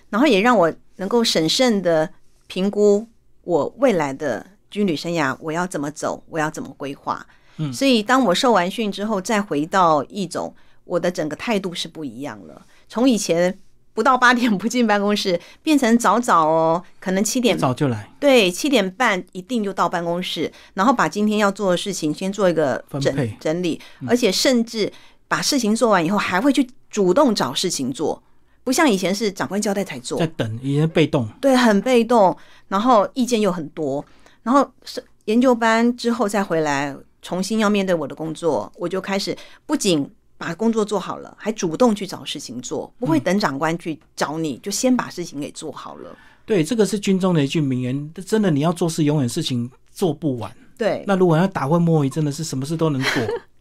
Speaker 2: 然后也让我能够审慎的评估我未来的军旅生涯，我要怎么走，我要怎么规划。
Speaker 1: 嗯
Speaker 2: 所以当我受完训之后，再回到一总，我的整个态度是不一样了。从以前不到八点不进办公室，变成早早哦，可能七点
Speaker 1: 一早就来，
Speaker 2: 对，七点半一定就到办公室，然后把今天要做的事情先做一个
Speaker 1: 分配嗯
Speaker 2: 整整理，而且甚至把事情做完以后，还会去主动找事情做，不像以前是长官交代才做
Speaker 1: 在，等，已经被动，
Speaker 2: 对，很被动，然后意见又很多，然后是研究班之后再回来，重新要面对我的工作，我就开始不仅把工作做好了，还主动去找事情做，不
Speaker 1: 嗯
Speaker 2: 会等长官去找你，就先把事情给做好了，
Speaker 1: 对，这个是军中的一句名言，真的你要做事，永远事情做不完。
Speaker 2: 对，
Speaker 1: 那如果要打混摸鱼，真的是什么事都能做。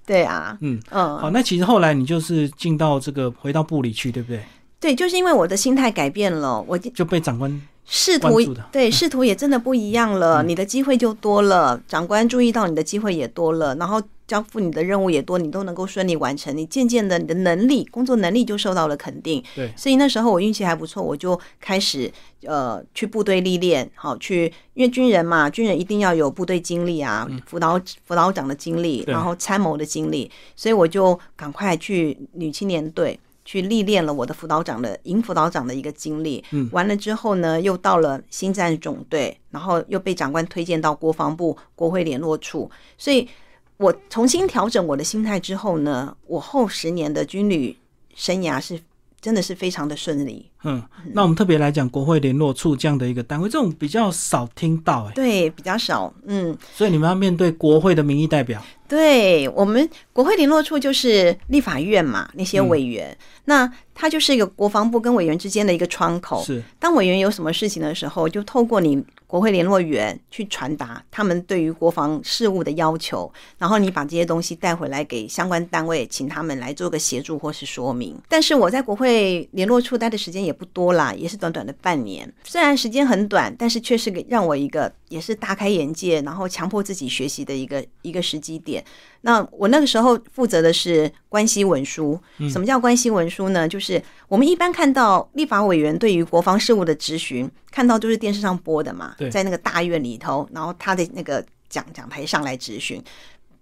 Speaker 2: 对啊，
Speaker 1: 嗯
Speaker 2: 嗯。
Speaker 1: 好，那其实后来你就是进到这个回到部里去，对不对？
Speaker 2: 对，就是因为我的心态改变了，我
Speaker 1: 就被长官
Speaker 2: 仕
Speaker 1: 关
Speaker 2: 途
Speaker 1: 注的 嗯
Speaker 2: 对仕途也真的不一样了，你的机会就多了，长官注意到你的机会也多了，然后交付你的任务也多，你都能够顺利完成，你渐渐的你的能力、工作能力就受到了肯定。
Speaker 1: 对
Speaker 2: 所以那时候我运气还不错，我就开始呃去部队历练，好去，因为军人嘛，军人一定要有部队经历啊，辅导辅导长的经历，
Speaker 1: 嗯对
Speaker 2: 然后参谋的经历，所以我就赶快去女青年队。去历练了我的辅导长的营辅导长的一个经历，
Speaker 1: 嗯
Speaker 2: 完了之后呢，又到了新战总队，然后又被长官推荐到国防部国会联络处，所以我重新调整我的心态之后呢，我后十年的军旅生涯是真的是非常的顺利。
Speaker 1: 嗯，那我们特别来讲国会联络处这样的一个单位，这种比较少听到哎、
Speaker 2: 对，比较少，嗯，
Speaker 1: 所以你们要面对国会的民意代表，
Speaker 2: 对我们国会联络处就是立法院嘛，那些委员，那它就是一个国防部跟委员之间的一个窗口。
Speaker 1: 是
Speaker 2: 当委员有什么事情的时候，就透过你国会联络员去传达他们对于国防事务的要求，然后你把这些东西带回来给相关单位，请他们来做个协助或是说明。但是我在国会联络处待的时间也不多啦，也是短短的半年。虽然时间很短，但是却是给让我一个也是大开眼界，然后强迫自己学习的一个一个时机点。那我那个时候负责的是关系文书。
Speaker 1: 嗯
Speaker 2: 什么叫关系文书呢？就是我们一般看到立法委员对于国防事务的质询，看到就是电视上播的嘛
Speaker 1: 对，
Speaker 2: 在那个大院里头，然后他的那个讲讲台上来质询，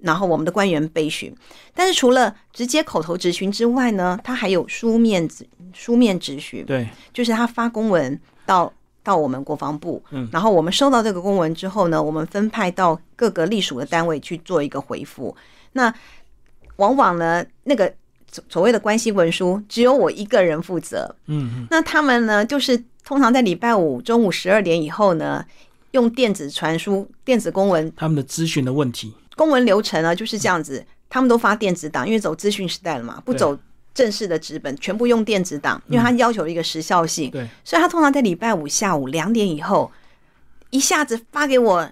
Speaker 2: 然后我们的官员备询。但是除了直接口头质询之外呢，他还有书面质书面质询，
Speaker 1: 对，
Speaker 2: 就是他发公文到到我们国防部，
Speaker 1: 嗯
Speaker 2: 然后我们收到这个公文之后呢，我们分派到各个隶属的单位去做一个回复。那往往呢，那个所所谓的关系文书，只有我一个人负责。
Speaker 1: 嗯嗯，
Speaker 2: 那他们呢，就是通常在礼拜五中午十二点以后呢，用电子传输、电子公文
Speaker 1: 他们的咨询的问题，
Speaker 2: 公文流程呢就是这样子，他们都发电子档，因为走资讯时代了嘛，不
Speaker 1: 嗯对嗯
Speaker 2: 走正式的纸本，全部用电子档，因为它要求一个时效性。
Speaker 1: 对，
Speaker 2: 所以他通常在礼拜五下午两点以后，一下子发给我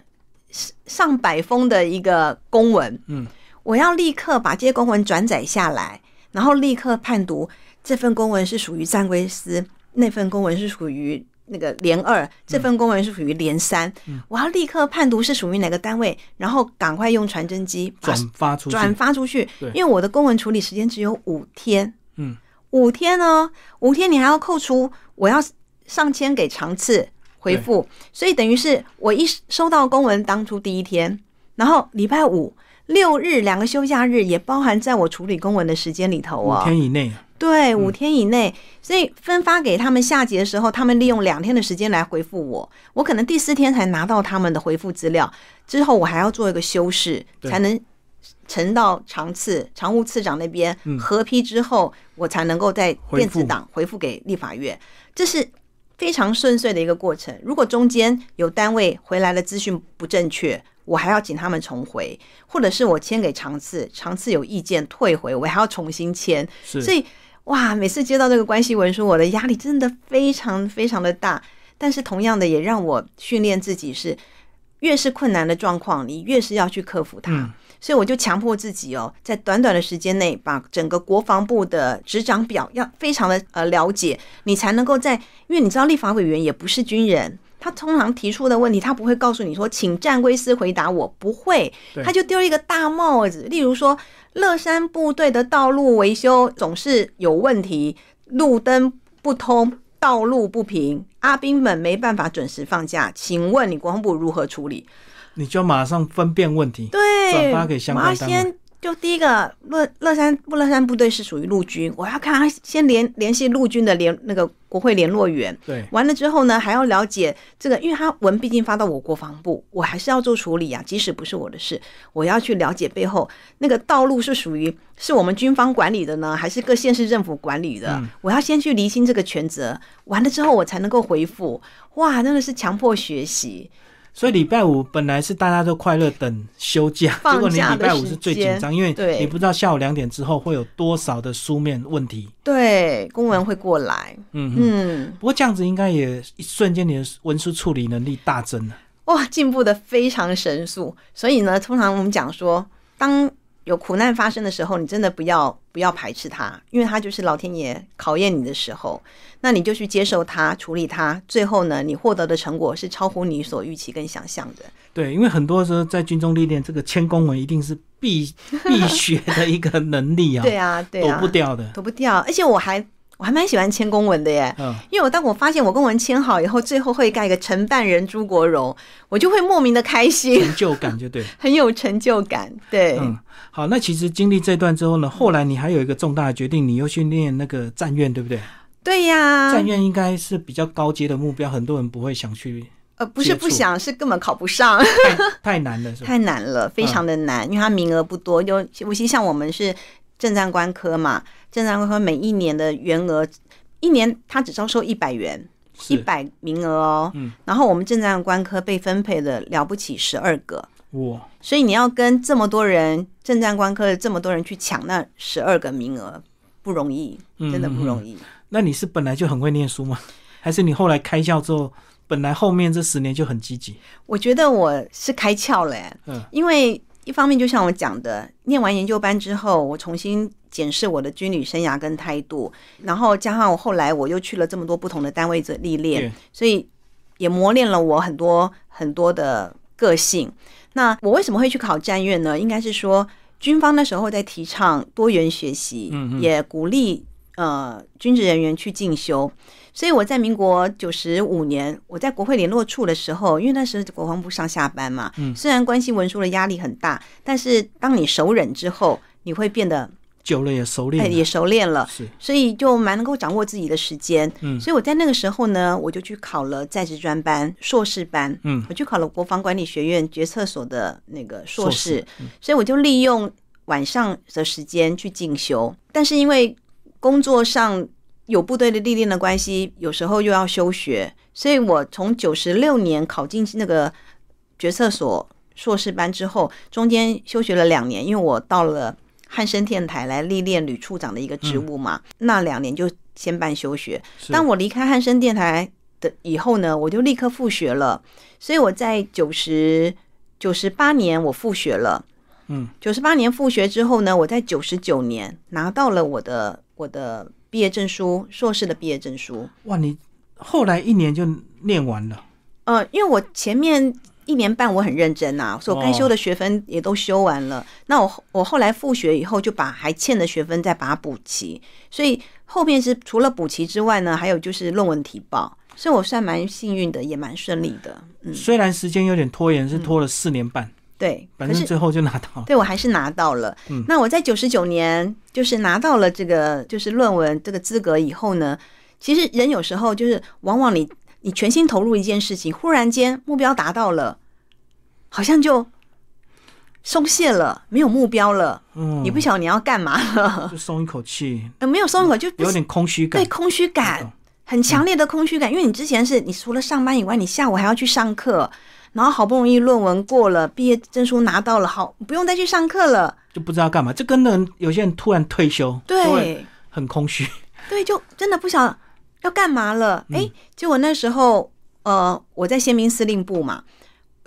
Speaker 2: 上上百封的一个公文，
Speaker 1: 嗯，
Speaker 2: 我要立刻把这些公文转载下来，然后立刻判读这份公文是属于战规司，那份公文是属于。那个连二，这份公文是属于连三，我要立刻判读是属于哪个单位，然后赶快用传真机把
Speaker 1: 转发出去，
Speaker 2: 啊转发出去
Speaker 1: 对，
Speaker 2: 因为我的公文处理时间只有五天，
Speaker 1: 嗯，
Speaker 2: 五天呢，五天你还要扣除我要上签给长次回复，所以等于是我一收到公文当初第一天，然后礼拜五、六日两个休假日也包含在我处理公文的时间里头
Speaker 1: 五
Speaker 2: 哦，
Speaker 1: 天以内，
Speaker 2: 对，
Speaker 1: 嗯
Speaker 2: 五天以内，所以分发给他们下级的时候，他们利用两天的时间来回复我，我可能第四天才拿到他们的回复资料，之后我还要做一个修饰，
Speaker 1: 对
Speaker 2: 才能呈到常次常务次长那边
Speaker 1: 嗯
Speaker 2: 合批之后，我才能够在
Speaker 1: 回
Speaker 2: 电子
Speaker 1: 复
Speaker 2: 档回复给立法院，这是非常顺遂的一个过程。如果中间有单位回来的资讯不正确，我还要请他们重回，或者是我签给常次，常次有意见退回，我还要重新签。
Speaker 1: 是
Speaker 2: 所以哇，每次接到这个关系文书，我的压力真的非常非常的大。但是同样的，也让我训练自己是，越是困难的状况，你越是要去克服它。
Speaker 1: 嗯
Speaker 2: 所以我就强迫自己哦，在短短的时间内，把整个国防部的执掌表要非常的呃了解，你才能够在，因为你知道立法委员也不是军人。他通常提出的问题，他不会告诉你说，请战规司回答我，不会
Speaker 1: 对，
Speaker 2: 他就丢一个大帽子。例如说，乐山部队的道路维修总是有问题，路灯不通，道路不平，阿兵们没办法准时放假，请问你国防部如何处理？
Speaker 1: 你就要马上分辨问题，
Speaker 2: 对，
Speaker 1: 转发给相关
Speaker 2: 我要
Speaker 1: 单位
Speaker 2: 先就第一个乐乐山布乐山部队是属于陆军，我要看他先联联系陆军的联那个国会联络员，
Speaker 1: 对，
Speaker 2: 完了之后呢，还要了解这个，因为他文毕竟发到我国防部，我还是要做处理啊，即使不是我的事，我要去了解背后那个道路是属于是我们军方管理的呢，还是各县市政府管理的？
Speaker 1: 嗯
Speaker 2: 我要先去厘清这个权责，完了之后我才能够回复。哇，真的是强迫学习，
Speaker 1: 所以礼拜五本来是大家都快乐等休假，
Speaker 2: 放
Speaker 1: 结果你
Speaker 2: 假
Speaker 1: 礼
Speaker 2: 的
Speaker 1: 拜五是最紧张，因为
Speaker 2: 对
Speaker 1: 你不知道下午两点之后会有多少的书面问题。
Speaker 2: 对，公文会过来，
Speaker 1: 嗯嗯。
Speaker 2: 嗯。
Speaker 1: 不过这样子应该也一瞬间你的文书处理能力大增啊了。
Speaker 2: 哇，进步的非常神速。所以呢，通常我们讲说，当有苦难发生的时候，你真的不要不要排斥它，因为它就是老天爷考验你的时候，那你就去接受它，处理它。最后呢，你获得的成果是超乎你所预期跟想象的。
Speaker 1: 对，因为很多时候在军中历练，这个签公文一定是必 必学的一个能力啊，
Speaker 2: 对啊，对
Speaker 1: 躲
Speaker 2: 啊
Speaker 1: 不，掉的。
Speaker 2: 躲不掉。而且我还我还蛮喜欢签公文的耶。
Speaker 1: 嗯，
Speaker 2: 因为我当我发现我公文签好以后，最后会盖一个承办人朱国荣，我就会莫名的开心，
Speaker 1: 成就感就对了。
Speaker 2: 很有成就感。 对，
Speaker 1: 嗯，好，那其实经历这段之后呢，后来你还有一个重大的决定，你又去念那个战院，对不对？
Speaker 2: 啊对呀、
Speaker 1: 战院应该是比较高阶的目标，很多人不会想去，
Speaker 2: 呃，不是
Speaker 1: 接触
Speaker 2: 不想，是根本考不上，
Speaker 1: 太太难了，是嗯吧？
Speaker 2: 太难了，非常的难，因为它名额不多。就尤其像我们是正战官科嘛，正战官科每一年的员额，一年它只招收一百元，一
Speaker 1: 是
Speaker 2: 百名额哦。
Speaker 1: 嗯
Speaker 2: 然后我们正战官科被分配的了不起十二个，
Speaker 1: 哇，
Speaker 2: 所以你要跟这么多人正战官科的这么多人去抢那十二个名额，不容易，真的
Speaker 1: 嗯
Speaker 2: 不容易。
Speaker 1: 那你是本来就很会念书吗？还是你后来开校之后，本来后面这十年就很积极？
Speaker 2: 我觉得我是开窍了、欸，
Speaker 1: 嗯
Speaker 2: 因为一方面就像我讲的，念完研究班之后，我重新检视我的军旅生涯跟态度，然后加上我后来我又去了这么多不同的单位这历练，
Speaker 1: 对
Speaker 2: 所以也磨练了我很多很多的个性。那我为什么会去考战院呢？应该是说军方那时候在提倡多元学习，
Speaker 1: 嗯嗯
Speaker 2: 也鼓励呃军职人员去进修。所以我在民国九十五年，我在国会联络处的时候，因为那时候国防部上下班嘛，
Speaker 1: 嗯
Speaker 2: 虽然关系文书的压力很大，但是当你熟忍之后，你会变得
Speaker 1: 久了也熟
Speaker 2: 哎
Speaker 1: 练了，
Speaker 2: 也熟练了，
Speaker 1: 嗯是
Speaker 2: 所以就蛮能够掌握自己的时间。
Speaker 1: 嗯
Speaker 2: 所以我在那个时候呢，我就去考了在职专班、硕士班，
Speaker 1: 嗯，
Speaker 2: 我去考了国防管理学院决策所的那个
Speaker 1: 硕
Speaker 2: 硕士，
Speaker 1: 士嗯
Speaker 2: 所以我就利用晚上的时间去进修。但是因为工作上有部队的历练的关系，有时候又要休学，所以我从九十六年考进那个决策所硕士班之后，中间休学了两年，因为我到了汉声电台来历练吕处长的一个职务嘛，
Speaker 1: 嗯
Speaker 2: 那两年就先办休学。
Speaker 1: 是
Speaker 2: 当我离开汉声电台的以后呢，我就立刻复学了，所以我在九十九十八年我复学了。
Speaker 1: 嗯，
Speaker 2: 九十八年复学之后呢，我在九十九年拿到了我的我的毕业证书，硕士的毕业证书。
Speaker 1: 哇，你后来一年就念完了，
Speaker 2: 呃，因为我前面一年半我很认真呐、所以
Speaker 1: 哦
Speaker 2: 我该修的学分也都修完了。那我后我后来复学以后，就把还欠的学分再把它补齐，所以后面是除了补齐之外呢，还有就是论文提报，所以我算蛮幸运的，也蛮顺利的。嗯，
Speaker 1: 虽然时间有点拖延，是拖了四年半，
Speaker 2: 对。
Speaker 1: 反
Speaker 2: 可
Speaker 1: 正
Speaker 2: 是
Speaker 1: 最后就拿 到了。
Speaker 2: 对我还是拿到了。
Speaker 1: 嗯
Speaker 2: 那我在九十九年就是拿到了这个就是论文这个资格以后呢，其实人有时候就是往往你你全心投入一件事情，忽然间目标达到了，好像就松懈了，没有目标了，
Speaker 1: 嗯，
Speaker 2: 你不晓得你要干嘛了，
Speaker 1: 就松一口气，
Speaker 2: 呃没有松口就不
Speaker 1: 嗯有点空虚感嗯
Speaker 2: 对。空虚
Speaker 1: 我
Speaker 2: 感
Speaker 1: 懂，
Speaker 2: 很强烈的空虚感，因为你之前是你除了上班以外，你下午还要去上课，然后好不容易论文过了，毕业证书拿到了，好不用再去上课了。
Speaker 1: 就不知道干嘛。这跟人有些人突然退休，就会
Speaker 2: 对
Speaker 1: 很空 虚。
Speaker 2: 对，就真的不想要干嘛了。
Speaker 1: 嗯
Speaker 2: 哎、结果那时候呃，我在宪兵司令部嘛，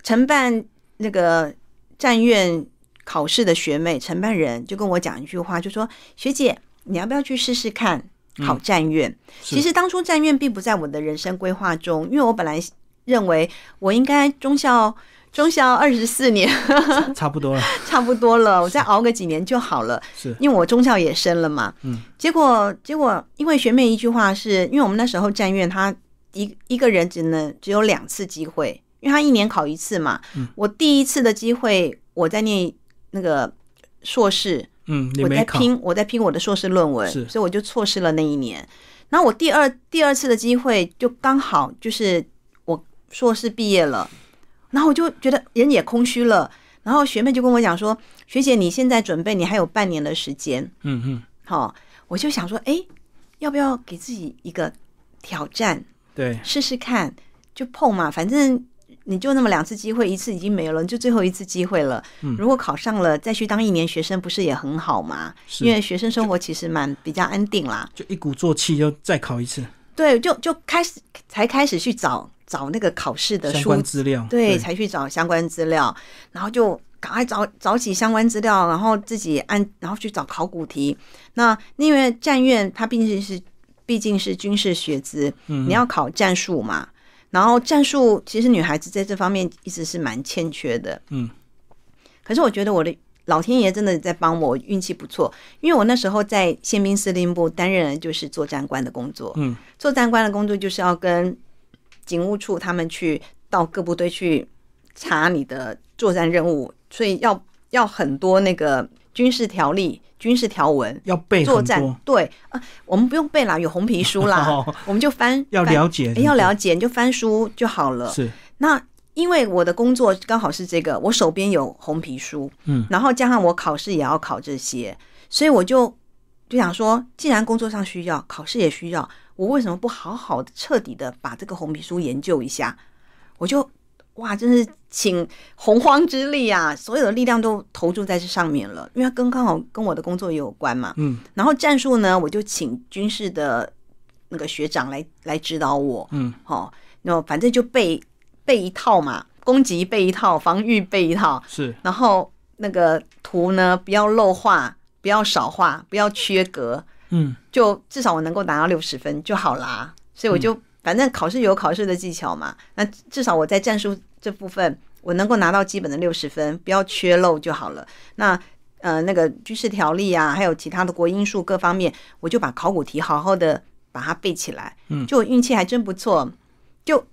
Speaker 2: 承办那个战院考试的学妹承办人就跟我讲一句话，就说：“学姐，你要不要去试试看考战院？”
Speaker 1: 嗯是
Speaker 2: 其实当初战院并不在我的人生规划中，因为我本来认为我应该中校。中校二十四年
Speaker 1: 差不多了，
Speaker 2: 差不多了，我再熬个几年就好了。
Speaker 1: 是
Speaker 2: 因为我中校也升了嘛，
Speaker 1: 嗯，
Speaker 2: 结果结果因为学妹一句话是，因为我们那时候战院他一一个人只能只有两次机会，因为他一年考一次嘛，
Speaker 1: 嗯
Speaker 2: 我第一次的机会我在念那个硕士，
Speaker 1: 嗯，你
Speaker 2: 我在
Speaker 1: 没考，
Speaker 2: 拼我在拼我的硕士论文，
Speaker 1: 是
Speaker 2: 所以我就错失了那一年。然后我第二第二次的机会就刚好就是我硕士毕业了，然后我就觉得人也空虚了。然后学妹就跟我讲说：“学姐，你现在准备，你还有半年的时间。
Speaker 1: 嗯嗯，”
Speaker 2: 好、我就想说，哎，要不要给自己一个挑战，
Speaker 1: 对，
Speaker 2: 试试看，就碰嘛，反正你就那么两次机会，一次已经没有了，就最后一次机会了。
Speaker 1: 嗯
Speaker 2: 如果考上了，再去当一年学生，不是也很好吗？因
Speaker 1: 是
Speaker 2: 为学生生活其实蛮比较安定啦。
Speaker 1: 就一鼓作气，就再考一次
Speaker 2: 对，就就开始才开始去找找那个考试的
Speaker 1: 相
Speaker 2: 书
Speaker 1: 关，资料。
Speaker 2: 对，才去找相关资料，然后就赶快找找起相关资料，然后自己按，然后去找考古题。那因为战院它毕竟是毕竟是军事学资，
Speaker 1: 嗯
Speaker 2: 你要考战术嘛。然后战术其实女孩子在这方面一直是蛮欠缺的，
Speaker 1: 嗯。
Speaker 2: 可是我觉得我的老天爷真的在帮我，我运气不错，因为我那时候在宪兵司令部担任就是作战官的工作，
Speaker 1: 嗯，
Speaker 2: 作战官的工作就是要跟警务处他们去到各部队去查你的作战任务，所以要要很多那个军事条例、军事条文。
Speaker 1: 要背
Speaker 2: 作
Speaker 1: 很
Speaker 2: 战
Speaker 1: 多，
Speaker 2: 对啊，我们不用背啦，有红皮书 啦
Speaker 1: 哦，
Speaker 2: 我们就翻
Speaker 1: 要了解
Speaker 2: 翻，哎，要了解你就翻书就好了。
Speaker 1: 是
Speaker 2: 那因为我的工作刚好是这个，我手边有红皮书，
Speaker 1: 嗯，
Speaker 2: 然后加上我考试也要考这些，所以我就就想说，既然工作上需要，考试也需要，我为什么不好好的、彻底的把这个红皮书研究一下？我就哇，真是请洪荒之力啊，所有的力量都投注在这上面了，因为它跟刚好跟我的工作也有关嘛。
Speaker 1: 嗯，
Speaker 2: 然后战术呢，我就请军事的那个学长来来指导我。
Speaker 1: 嗯，
Speaker 2: 好、那反正就背背一套嘛，攻击背一套，防御背一套，
Speaker 1: 是
Speaker 2: 然后那个图呢不要漏画，不要少画，不要缺格，
Speaker 1: 嗯
Speaker 2: 就至少我能够拿到六十分就好啦。所以我就、
Speaker 1: 嗯
Speaker 2: 反正考试有考试的技巧嘛，那至少我在战术这部分我能够拿到基本的六十分，不要缺漏就好了。那呃那个军事条例啊，还有其他的国因素各方面，我就把考古题好好的把它背起来。
Speaker 1: 嗯
Speaker 2: 就我运气还真不错，就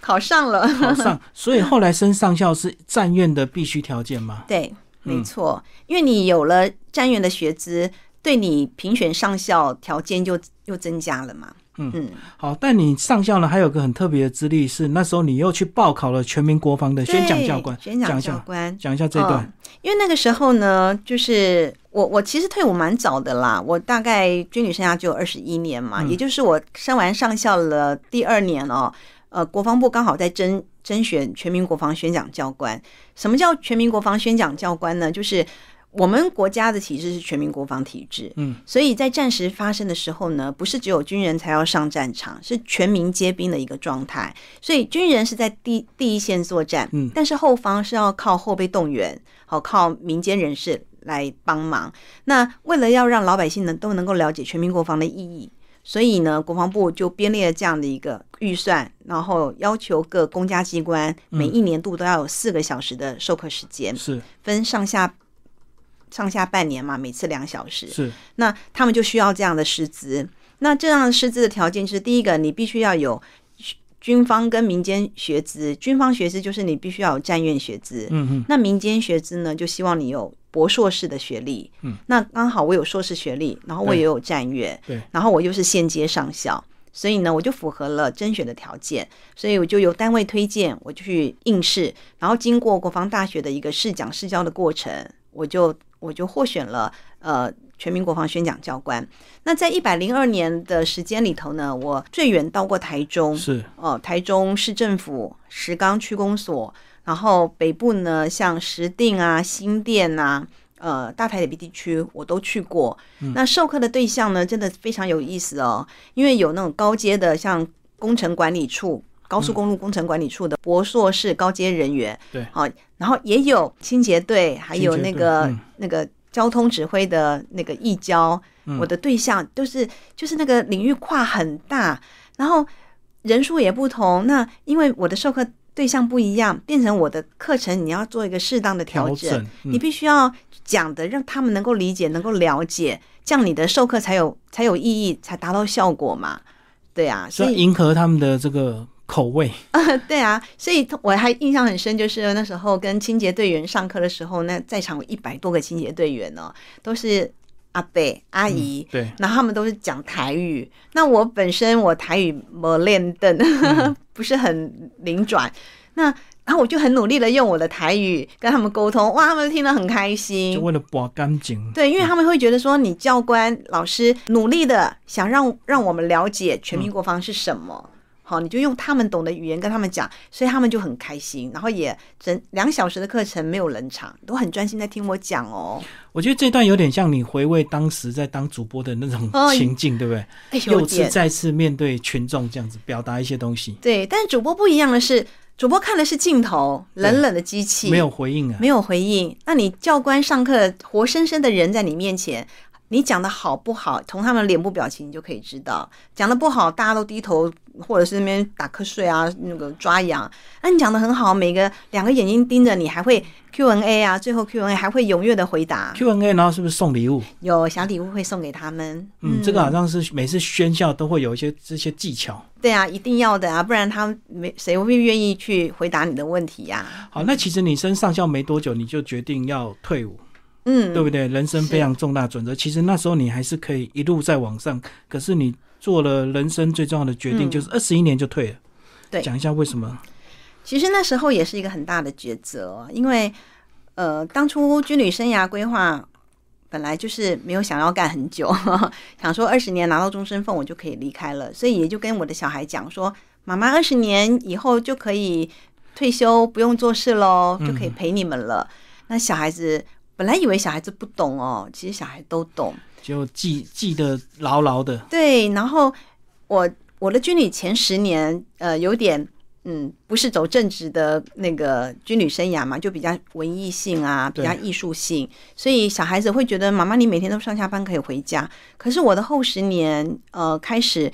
Speaker 2: 考上了。
Speaker 1: 考 上，所以后来升上校是战院的必须条件嘛？
Speaker 2: 对，没
Speaker 1: 嗯
Speaker 2: 错，因为你有了战员的学资，对你评选上校条件就又增加了嘛。
Speaker 1: 嗯
Speaker 2: 嗯，
Speaker 1: 好，但你上校呢，还有个很特别的资历是，那时候你又去报考了全民国防的宣讲教官，
Speaker 2: 对宣
Speaker 1: 讲
Speaker 2: 讲
Speaker 1: 一
Speaker 2: 教
Speaker 1: 下，
Speaker 2: 官。
Speaker 1: 讲一下这一段。
Speaker 2: 嗯因为那个时候呢，就是我我其实退伍蛮早的啦，我大概军旅生涯就有二十一年嘛，
Speaker 1: 嗯
Speaker 2: 也就是我升完上校了第二年哦，呃，国防部刚好在甄甄选全民国防宣讲教官。什么叫全民国防宣讲教官呢？就是我们国家的体制是全民国防体制，
Speaker 1: 嗯，
Speaker 2: 所以在战时发生的时候呢，不是只有军人才要上战场，是全民皆兵的一个状态。所以军人是在第第一线作战，
Speaker 1: 嗯
Speaker 2: 但是后方是要靠后备动员，好靠民间人士来帮忙。那为了要让老百姓呢都能够了解全民国防的意义，所以呢，国防部就编列了这样的一个预算，然后要求各公家机关每
Speaker 1: 嗯
Speaker 2: 一年度都要有四个小时的授课时间，
Speaker 1: 是
Speaker 2: 分上下上下半年嘛，每次两小时。
Speaker 1: 是，
Speaker 2: 那他们就需要这样的师资。那这样的师资的条件是：第一个，你必须要有军方跟民间学资。军方学资就是你必须要有战院学资。
Speaker 1: 嗯嗯
Speaker 2: 那民间学资呢，就希望你有博硕士的学历。
Speaker 1: 嗯，
Speaker 2: 那刚好我有硕士学历，然后我
Speaker 1: 对
Speaker 2: 也有战院，
Speaker 1: 对，
Speaker 2: 然后我又是现阶上校，所以呢，我就符合了甄选的条件，所以我就由单位推荐，我就去应试，然后经过国防大学的一个试讲试教的过程，我就我就获选了呃。全民国防宣讲教官。那在一百零二年的时间里头呢，我最远到过台中，
Speaker 1: 是，
Speaker 2: 哦，台中市政府石冈区公所，然后北部呢，像石碇啊、新店啊。呃，大台北地区我都去过，
Speaker 1: 嗯
Speaker 2: 那授课的对象呢，真的非常有意思哦，因为有那种高阶的，像工程管理处、高速公路工程管理处的博硕士高阶人员，
Speaker 1: 对
Speaker 2: 好、然后也有清洁队，还有
Speaker 1: 清洁
Speaker 2: 那
Speaker 1: 队
Speaker 2: 个、
Speaker 1: 嗯
Speaker 2: 那个交通指挥的那个义交，
Speaker 1: 嗯
Speaker 2: 我的对象都是就是那个领域跨很大，然后人数也不同。那因为我的授课对象不一样，变成我的课程你要做一个适当的调
Speaker 1: 调
Speaker 2: 整，
Speaker 1: 整，嗯
Speaker 2: 你必须要讲的让他们能够理解、能够了解，这样你的授课才有才有意义，才达到效果嘛。对啊，
Speaker 1: 所
Speaker 2: 所
Speaker 1: 以
Speaker 2: 以
Speaker 1: 迎合他们的这个口味。
Speaker 2: 对啊，所以 我还印象很深，就是那时候跟清洁队员上课的时候，那在场有一百多个清洁队员呢、都是阿伯、阿姨，
Speaker 1: 嗯对，
Speaker 2: 然后他们都是讲台语。那我本身我台语没练凳， 不是很灵转。那然后我就很努力的用我的台语跟他们沟通，哇，他们听得很开
Speaker 1: 就
Speaker 2: 心。
Speaker 1: 为了把干净。
Speaker 2: 对，因为他们会觉得说，你教官、老师努力的想让让我们了解全民国防是什么，好，你就用他们懂的语言跟他们讲，所以他们就很开心，然后也整两小时的课程没有冷场，都很专心在听我讲哦。
Speaker 1: 我觉得这段有点像你回味当时在当主播的那种
Speaker 2: 哦
Speaker 1: 情境，对不对？
Speaker 2: 哎，有
Speaker 1: 又
Speaker 2: 点
Speaker 1: 次再次面对群众这样子表达一些东西，
Speaker 2: 对，但是主播不一样的是，主播看的是镜头，冷冷的机器，
Speaker 1: 没有回应啊。
Speaker 2: 没有回应。那你教官上课，活生生的人在你面前，你讲的好不好，从他们脸部表情你就可以知道。讲的不好，大家都低头或者是那边打瞌睡啊，那个抓痒。那你讲的很好，每个两个眼睛盯着你，还会 Q&A 啊，最后 Q&A 还会踊跃的回答，
Speaker 1: Q&A，然后是不是送礼物？
Speaker 2: 有小礼物会送给他们。
Speaker 1: 嗯，这个好像是每次宣校都会有一些这些技巧。
Speaker 2: 对啊，一定要的啊，不然他没谁会愿意去回答你的问题啊呀、
Speaker 1: 好，那其实你升上校没多久，你就决定要退伍，
Speaker 2: 嗯，
Speaker 1: 对不对？人生非常重大转折。其实那时候你还是可以一路在往上，可是你做了人生最重要的决定，
Speaker 2: 嗯
Speaker 1: 就是二十一年就退了。
Speaker 2: 对
Speaker 1: 讲一下为什么？
Speaker 2: 其实那时候也是一个很大的抉择，因为呃，当初军旅生涯规划本来就是没有想要干很久， 想说二十年拿到终身俸我就可以离开了，所以也就跟我的小孩讲说，妈妈二十年以后就可以退休不用做事喽，
Speaker 1: 嗯
Speaker 2: 就可以陪你们了。那小孩子本来以为小孩子不懂哦，其实小孩都懂。
Speaker 1: 就记记得牢牢的，
Speaker 2: 对，然后我我的军旅前十年，呃，有点嗯，不是走正直的那个军旅生涯嘛，就比较文艺性啊，比
Speaker 1: 对
Speaker 2: 较艺术性，所以小孩子会觉得妈妈你每天都上下班可以回家，可是我的后十年，呃，开始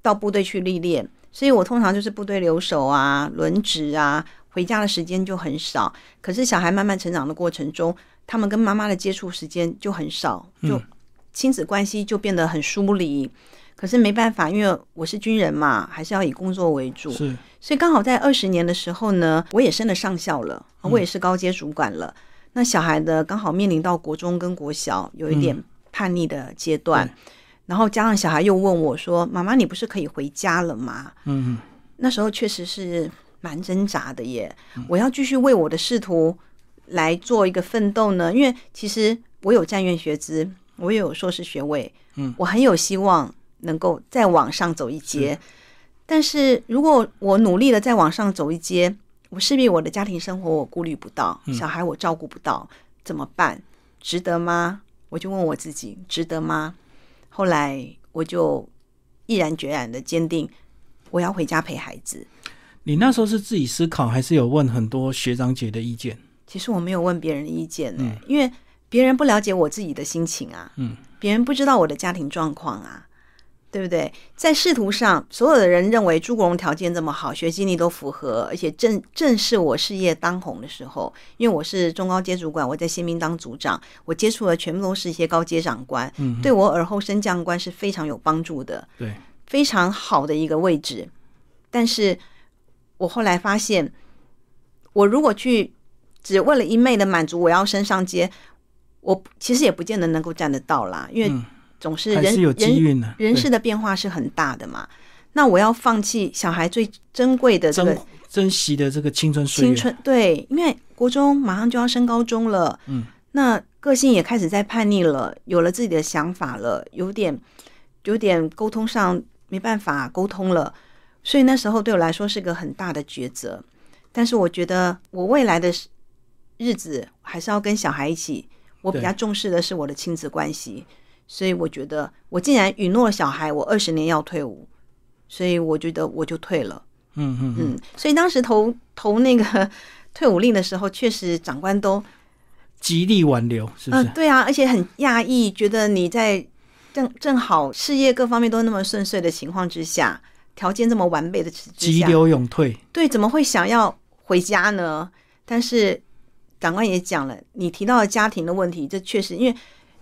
Speaker 2: 到部队去历练，所以我通常就是部队留守啊、轮值啊，回家的时间就很少。可是小孩慢慢成长的过程中，他们跟妈妈的接触时间就很少，就亲子关系就变得很疏离。可是没办法，因为我是军人嘛，还是要以工作为主。
Speaker 1: 是
Speaker 2: 所以刚好在二十年的时候呢，我也升了上校了，我也是高阶主管了。那小孩呢，刚好面临到国中跟国小有一点叛逆的阶段，然后加上小孩又问我说：“妈妈，你不是可以回家了吗
Speaker 1: 嗯，？”
Speaker 2: 那时候确实是蛮挣扎的耶。我要继续为我的仕途来做一个奋斗呢，因为其实我有战院学资，我也有硕士学位，
Speaker 1: 嗯，
Speaker 2: 我很有希望能够再往上走一阶。但是如果我努力的再往上走一阶，我势必我的家庭生活我顾虑不到，小孩我照顾不到，怎么办？值得吗？我就问我自己，值得吗？后来我就毅然决然的坚定，我要回家陪孩子。
Speaker 1: 你那时候是自己思考，还是有问很多学长姐的意见？
Speaker 2: 其实我没有问别人的意见呢、因为别人不了解我自己的心情啊，
Speaker 1: 嗯，
Speaker 2: 别人不知道我的家庭状况啊，对不对？在仕途上，所有的人认为朱国荣条件这么好，学经历都符合，而且正正是我事业当红的时候，因为我是中高阶主管，我在新兵当组长，我接触的全部都是一些高阶长官，
Speaker 1: 嗯
Speaker 2: 对我尔后升降官是非常有帮助的。
Speaker 1: 对，
Speaker 2: 非常好的一个位置，但是我后来发现，我如果去只为了一昧的满足我要升上街，我其实也不见得能够站得到啦，因为
Speaker 1: 嗯
Speaker 2: 总是
Speaker 1: 还
Speaker 2: 人、
Speaker 1: 是有机
Speaker 2: 人
Speaker 1: 遇呢。
Speaker 2: 人事的变化是很大的嘛。那我要放弃小孩最珍贵
Speaker 1: 对
Speaker 2: 的这个
Speaker 1: 珍珍惜的这个青春岁
Speaker 2: 青
Speaker 1: 月，
Speaker 2: 春，对，因为国中马上就要升高中了，
Speaker 1: 嗯，
Speaker 2: 那个性也开始在叛逆了，有了自己的想法了，有点有点沟通上没办法沟通了，所以那时候对我来说是个很大的抉择。但是我觉得我未来的日子还是要跟小孩一起，我比
Speaker 1: 对
Speaker 2: 较重视的是我的亲子关系，所以我觉得我既然允诺了小孩，我二十年要退伍，所以我觉得我就退了。
Speaker 1: 嗯嗯嗯，
Speaker 2: 嗯，所以当时投投那个 退伍令的时候，确实长官都
Speaker 1: 极力挽留，是不
Speaker 2: 嗯、
Speaker 1: 是？
Speaker 2: 对啊，而且很讶异，觉得你在正正好事业各方面都那么顺遂的情况之下，条件这么完备的之
Speaker 1: 急
Speaker 2: 下，
Speaker 1: 流勇退，
Speaker 2: 对，怎么会想要回家呢？但是长官也讲了，你提到了家庭的问题，这确实因为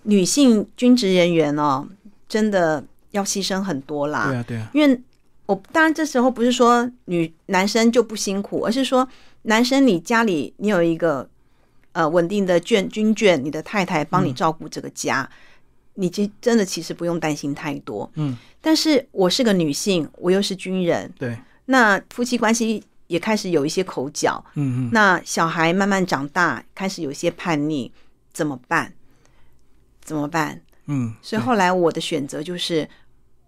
Speaker 2: 女性军职人员哦，真的要牺牲很多啦。
Speaker 1: 对啊对啊，
Speaker 2: 因为我当然这时候不是说女男生就不辛苦，而是说男生你家里你有一个呃稳定的眷军眷，你的太太帮你照顾这个家，你其真的其实不用担心太多。
Speaker 1: 嗯，
Speaker 2: 但是我是个女性，我又是军人，
Speaker 1: 对，
Speaker 2: 那夫妻关系也开始有一些口角，
Speaker 1: 嗯嗯，
Speaker 2: 那小孩慢慢长大，开始有一些叛逆，怎么办？怎么办？
Speaker 1: 嗯，
Speaker 2: 所以后来我的选择就是，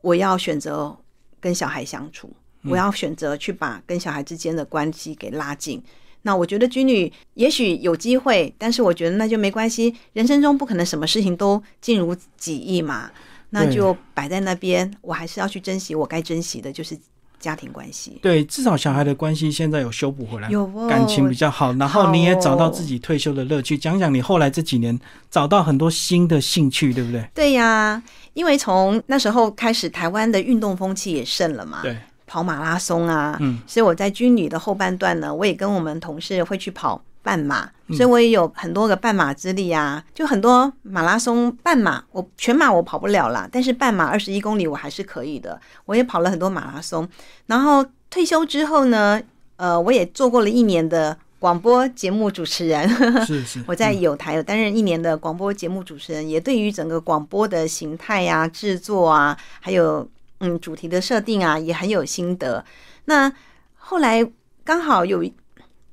Speaker 2: 我要选择跟小孩相处，
Speaker 1: 嗯
Speaker 2: 我要选择去把跟小孩之间的关系给拉近。那我觉得军旅也许有机会，但是我觉得那就没关系。人生中不可能什么事情都尽如己意嘛，那
Speaker 1: 对
Speaker 2: 就摆在那边。我还是要去珍惜我该珍惜的，就是家庭关系。
Speaker 1: 对，至少小孩的关系现在有修补回来，
Speaker 2: 有哦，
Speaker 1: 感情比较好，然后你也找
Speaker 2: 好
Speaker 1: 到
Speaker 2: 哦
Speaker 1: 自己退休的乐趣。讲讲你后来这几年找到很多新的兴趣，对不 对？
Speaker 2: 对呀，因为从那时候开始，台湾的运动风气也盛了嘛。
Speaker 1: 对，
Speaker 2: 跑马拉松啊，
Speaker 1: 嗯，
Speaker 2: 所以我在军旅的后半段呢，我也跟我们同事会去跑半马，
Speaker 1: 嗯
Speaker 2: 所以我也有很多个半马之力啊，就很多马拉松半马，我全马我跑不了啦，但是半马二十一公里我还是可以的，我也跑了很多马拉松。然后退休之后呢，呃，我也做过了一年的广播节目主持人，
Speaker 1: 是是，
Speaker 2: 我在
Speaker 1: 嗯
Speaker 2: 有台有担任一年的广播节目主持人，也对于整个广播的形态啊、制作啊，还有嗯主题的设定啊，也很有心得。那后来刚好有一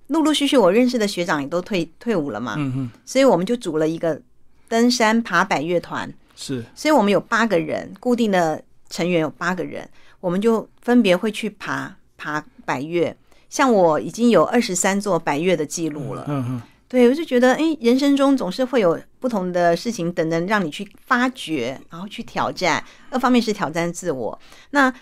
Speaker 2: 陆陆续续我认识的学长也都退退伍了嘛，
Speaker 1: 嗯嗯
Speaker 2: 所以我们就组了一个登山爬百乐团，
Speaker 1: 是，
Speaker 2: 所以我们有八个人固定的成员有八个人，我们就分别会去爬爬百越。像我已经有二十三座百越的记录了。
Speaker 1: 嗯嗯，
Speaker 2: 对，我就觉得，哎，人生中总是会有不同的事情等着让你去发掘，然后去挑战。二方面是挑战自我。那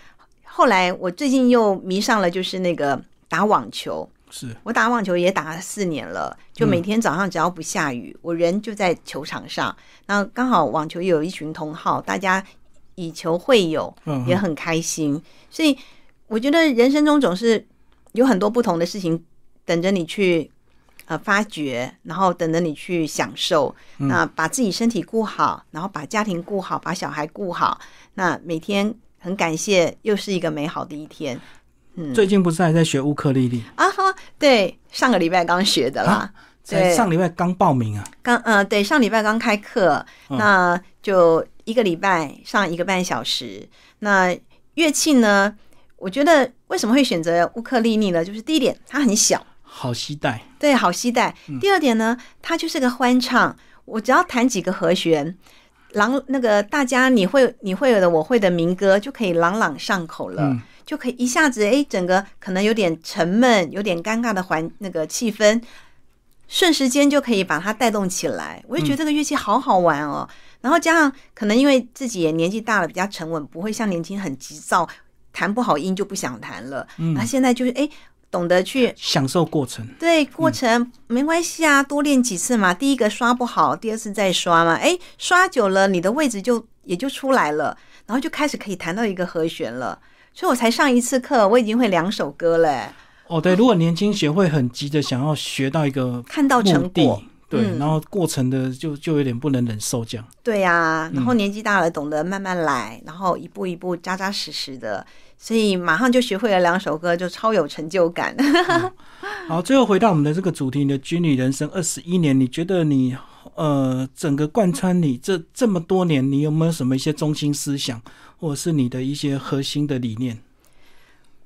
Speaker 2: 后来我最近又迷上了，就是那个打网球。
Speaker 1: 是
Speaker 2: 我打网球也打了四年了，就每天早上只要不下雨，我人就在球场上。那刚好网球也有一群同好，大家以球会友，
Speaker 1: 嗯
Speaker 2: 也
Speaker 1: 嗯
Speaker 2: 很开心。所以我觉得人生中总是有很多不同的事情等着你去呃发掘，然后等着你去享受。
Speaker 1: 嗯
Speaker 2: 那把自己身体顾好，然后把家庭顾好，把小孩顾好。那每天很感谢，又是一个美好的一天嗯
Speaker 1: 最近不是还在学乌克丽丽？
Speaker 2: 啊！哈，对，上个礼拜刚学的啦。
Speaker 1: 啊才
Speaker 2: 对
Speaker 1: 上礼拜刚报名啊，
Speaker 2: 刚呃，对，上礼拜刚开课，
Speaker 1: 嗯
Speaker 2: 那就一个礼拜上一个半小时。那乐器呢？我觉得为什么会选择乌克丽丽呢？就是第一点，它很小，
Speaker 1: 好期待。
Speaker 2: 对，好期待。
Speaker 1: 嗯
Speaker 2: 第二点呢，它就是个欢唱，我只要弹几个和弦，朗那个大家你会你会有的我会的民歌就可以朗朗上口了，
Speaker 1: 嗯
Speaker 2: 就可以一下子哎，整个可能有点沉闷、有点尴尬的环那个气氛，瞬时间就可以把它带动起来。我就
Speaker 1: 嗯
Speaker 2: 觉得这个乐器好好玩哦。然后加上可能因为自己也年纪大了，比较沉稳，不会像年轻很急躁，弹不好音就不想弹了。
Speaker 1: 嗯
Speaker 2: 那现在就是哎，懂得去
Speaker 1: 享受过程，
Speaker 2: 对，
Speaker 1: 嗯
Speaker 2: 过程、没关系啊，多练几次嘛。第一个刷不好，第二次再刷嘛。哎，刷久了，你的位置就也就出来了，然后就开始可以弹到一个和弦了。所以我才上一次课，我已经会两首歌嘞，
Speaker 1: 哦，对，如果年轻学会很急着想要学到一个
Speaker 2: 看到
Speaker 1: 目
Speaker 2: 成果
Speaker 1: 的。，对，
Speaker 2: 嗯
Speaker 1: 然后过程的就就有点不能忍受这样。
Speaker 2: 对呀、
Speaker 1: 嗯
Speaker 2: 然后年纪大了，懂得慢慢来，然后一步一步扎扎实实的，所以马上就学会了两首歌，就超有成就感。
Speaker 1: 好，最后回到我们的这个主题，你的军旅人生二十一年，你觉得你呃整个贯穿你这这么多年，你有没有什么一些中心思想，或者是你的一些核心的理念？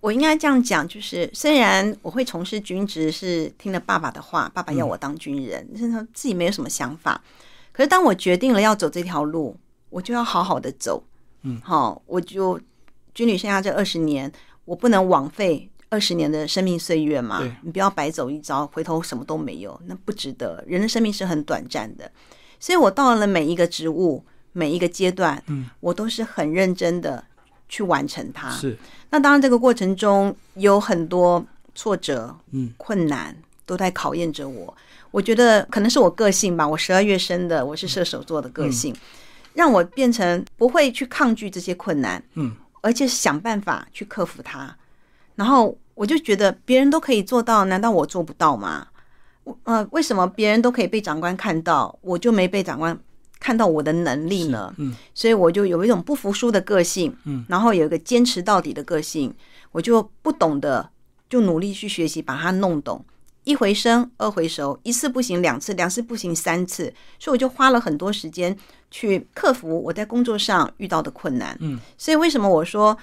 Speaker 2: 我应该这样讲，就是虽然我会从事军职是听了爸爸的话，爸爸要我当军人，但是他自己没有什么想法。可是当我决定了要走这条路，我就要好好的走。嗯，好，我就军旅生涯这二十年，我不能枉费二十年的生命岁月嘛
Speaker 1: 对。
Speaker 2: 你不要白走一遭，回头什么都没有，那不值得。人的生命是很短暂的，所以我到了每一个职务、每一个阶段，嗯，我都是很认真的去完成它。
Speaker 1: 是，
Speaker 2: 那当然，这个过程中有很多挫折、
Speaker 1: 嗯，
Speaker 2: 困难都在考验着我。我觉得可能是我个性吧，我十二月生的，我是射手座的个
Speaker 1: 嗯
Speaker 2: 性，让我变成不会去抗拒这些困难，
Speaker 1: 嗯，
Speaker 2: 而且想办法去克服它。然后我就觉得别人都可以做到，难道我做不到吗？我呃，为什么别人都可以被长官看到，我就没被长官看到我的能力呢？
Speaker 1: 嗯，
Speaker 2: 所以我就有一种不服输的个性，嗯，然后有一个坚持到底的个性，我就不懂得就努力去学习，把它弄懂。一回生，二回熟，一次不行，两次，两次不行，三次，所以我就花了很多时间去克服我在工作上遇到的困难。
Speaker 1: 嗯，
Speaker 2: 所以为什么我说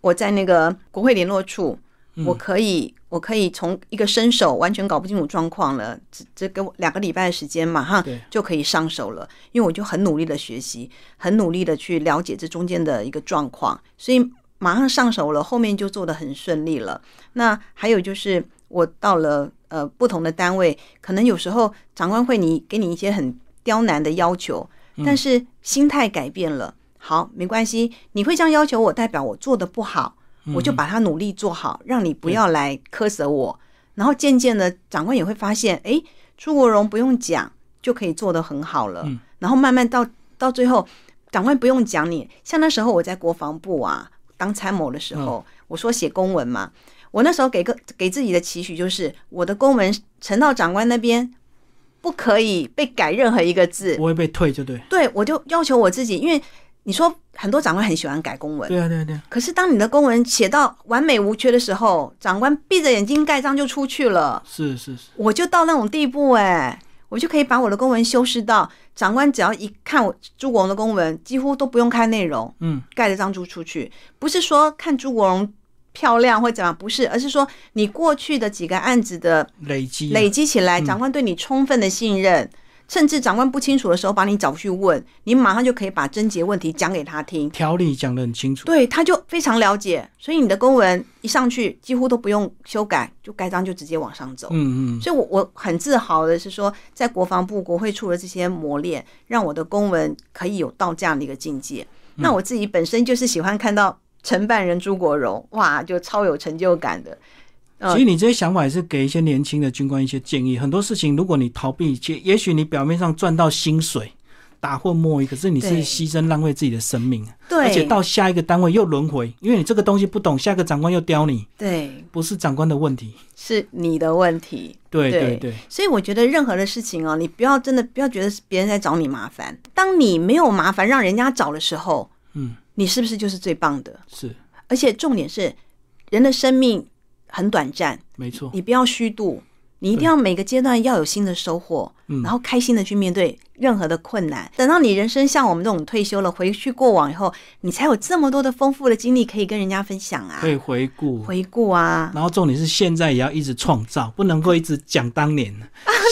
Speaker 2: 我在那个国会联络处，我可以，我可以从一个生手完全搞不清楚状况了，这这给我两个礼拜的时间，马上
Speaker 1: 对
Speaker 2: 就可以上手了。因为我就很努力的学习，很努力的去了解这中间的一个状况，所以马上上手了，后面就做的很顺利了。那还有就是，我到了呃不同的单位，可能有时候长官会你给你一些很刁难的要求，但是心态改变了，好，没关系，你会这样要求我，代表我做的不好。我就把它努力做好，让你不要来苛责我。然后渐渐的，长官也会发现，诶，朱国荣不用讲就可以做得很好了。然后慢慢到到最后，长官不用讲你，像那时候我在国防部啊当参谋的时候，我说写公文嘛，我那时候给个给自己的期许就是，我的公文呈到长官那边，不可以被改任何一个字。
Speaker 1: 不会被退就对。
Speaker 2: 对，我就要求我自己，因为你说很多长官很喜欢改公文。
Speaker 1: 对啊，对啊，对啊，
Speaker 2: 可是当你的公文写到完美无缺的时候，长官闭着眼睛盖章就出去了。
Speaker 1: 是是是，
Speaker 2: 我就到那种地步哎、我就可以把我的公文修饰到长官只要一看我朱国荣的公文，几乎都不用看内容，
Speaker 1: 嗯，
Speaker 2: 盖着章就出去。不是说看朱国荣漂亮或怎么样，不是，而是说你过去的几个案子的
Speaker 1: 累积啊、
Speaker 2: 累积起来，长官对你充分的信任，甚至长官不清楚的时候把你找去问，你马上就可以把症结问题讲给他听，
Speaker 1: 条理讲得很清楚。
Speaker 2: 对，他就非常了解。所以你的公文一上去，几乎都不用修改，就盖章就直接往上走。
Speaker 1: 嗯嗯，
Speaker 2: 所以我，我很自豪的是说，在国防部国会处的这些磨练，让我的公文可以有到这样的一个境界。
Speaker 1: 嗯
Speaker 2: 那我自己本身就是喜欢看到承办人朱国荣，哇，就超有成就感的。呃
Speaker 1: 其实你这些想法也是给一些年轻的军官一些建议。很多事情，如果你逃避，其实也许你表面上赚到薪水，打混摸鱼，可是你是
Speaker 2: 对
Speaker 1: 牺牲浪费自己的生命，
Speaker 2: 对，
Speaker 1: 而且到下一个单位又轮回，因为你这个东西不懂，下一个长官又刁你，
Speaker 2: 对
Speaker 1: 不是长官的问题。
Speaker 2: 是你的问题。
Speaker 1: 对
Speaker 2: 对
Speaker 1: 对对，
Speaker 2: 所以我觉得任何的事情哦，你不要真的不要觉得是别人在找你麻烦。当你没有麻烦让人家找的时候，
Speaker 1: 嗯，
Speaker 2: 你是不是就是最棒的？
Speaker 1: 是
Speaker 2: 而且重点是，人的生命很短暂，
Speaker 1: 没错。
Speaker 2: 你不要虚度，你一定要每个阶段要有新的收获，
Speaker 1: 嗯
Speaker 2: 然后开心的去面对任何的困难。等到你人生像我们这种退休了，回去过往以后，你才有这么多的丰富的经历可以跟人家分享啊
Speaker 1: 可，以回顾，
Speaker 2: 回顾啊，
Speaker 1: 然后重点是现在也要一直创造，不能够一直讲当年。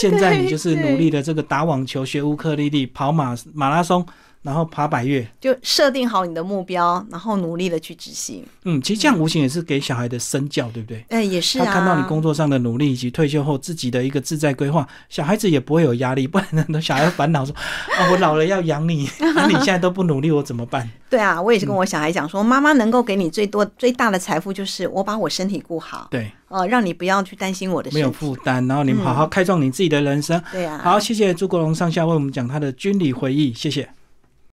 Speaker 1: 现在你就是努力的这个打网球、学乌克丽丽、跑马马拉松，然后爬百越。
Speaker 2: 就设定好你的目标，然后努力的去执行。
Speaker 1: 嗯，其实这样无形也是给小孩的身教，对不对？
Speaker 2: 哎，也是
Speaker 1: 他
Speaker 2: 啊，
Speaker 1: 看到你工作上的努力以及退休后自己的一个自在规划，小孩子也不会有压力，不然很多小孩烦恼 说：“啊，我老了要养你，啊那你现在都不努力，我怎么 办
Speaker 2: 对啊，我也是
Speaker 1: 嗯
Speaker 2: 跟我小孩讲说，妈妈能够给你最多最大的财富就是我把我身体顾？”好，
Speaker 1: 对，
Speaker 2: 呃，让你不要去担心我的
Speaker 1: 没有
Speaker 2: 身体。
Speaker 1: 负担，然后
Speaker 2: 嗯
Speaker 1: 你们好好开创你自己的人生。
Speaker 2: 对啊，
Speaker 1: 好，谢谢朱国荣上校为我们讲他的军旅回忆，谢谢。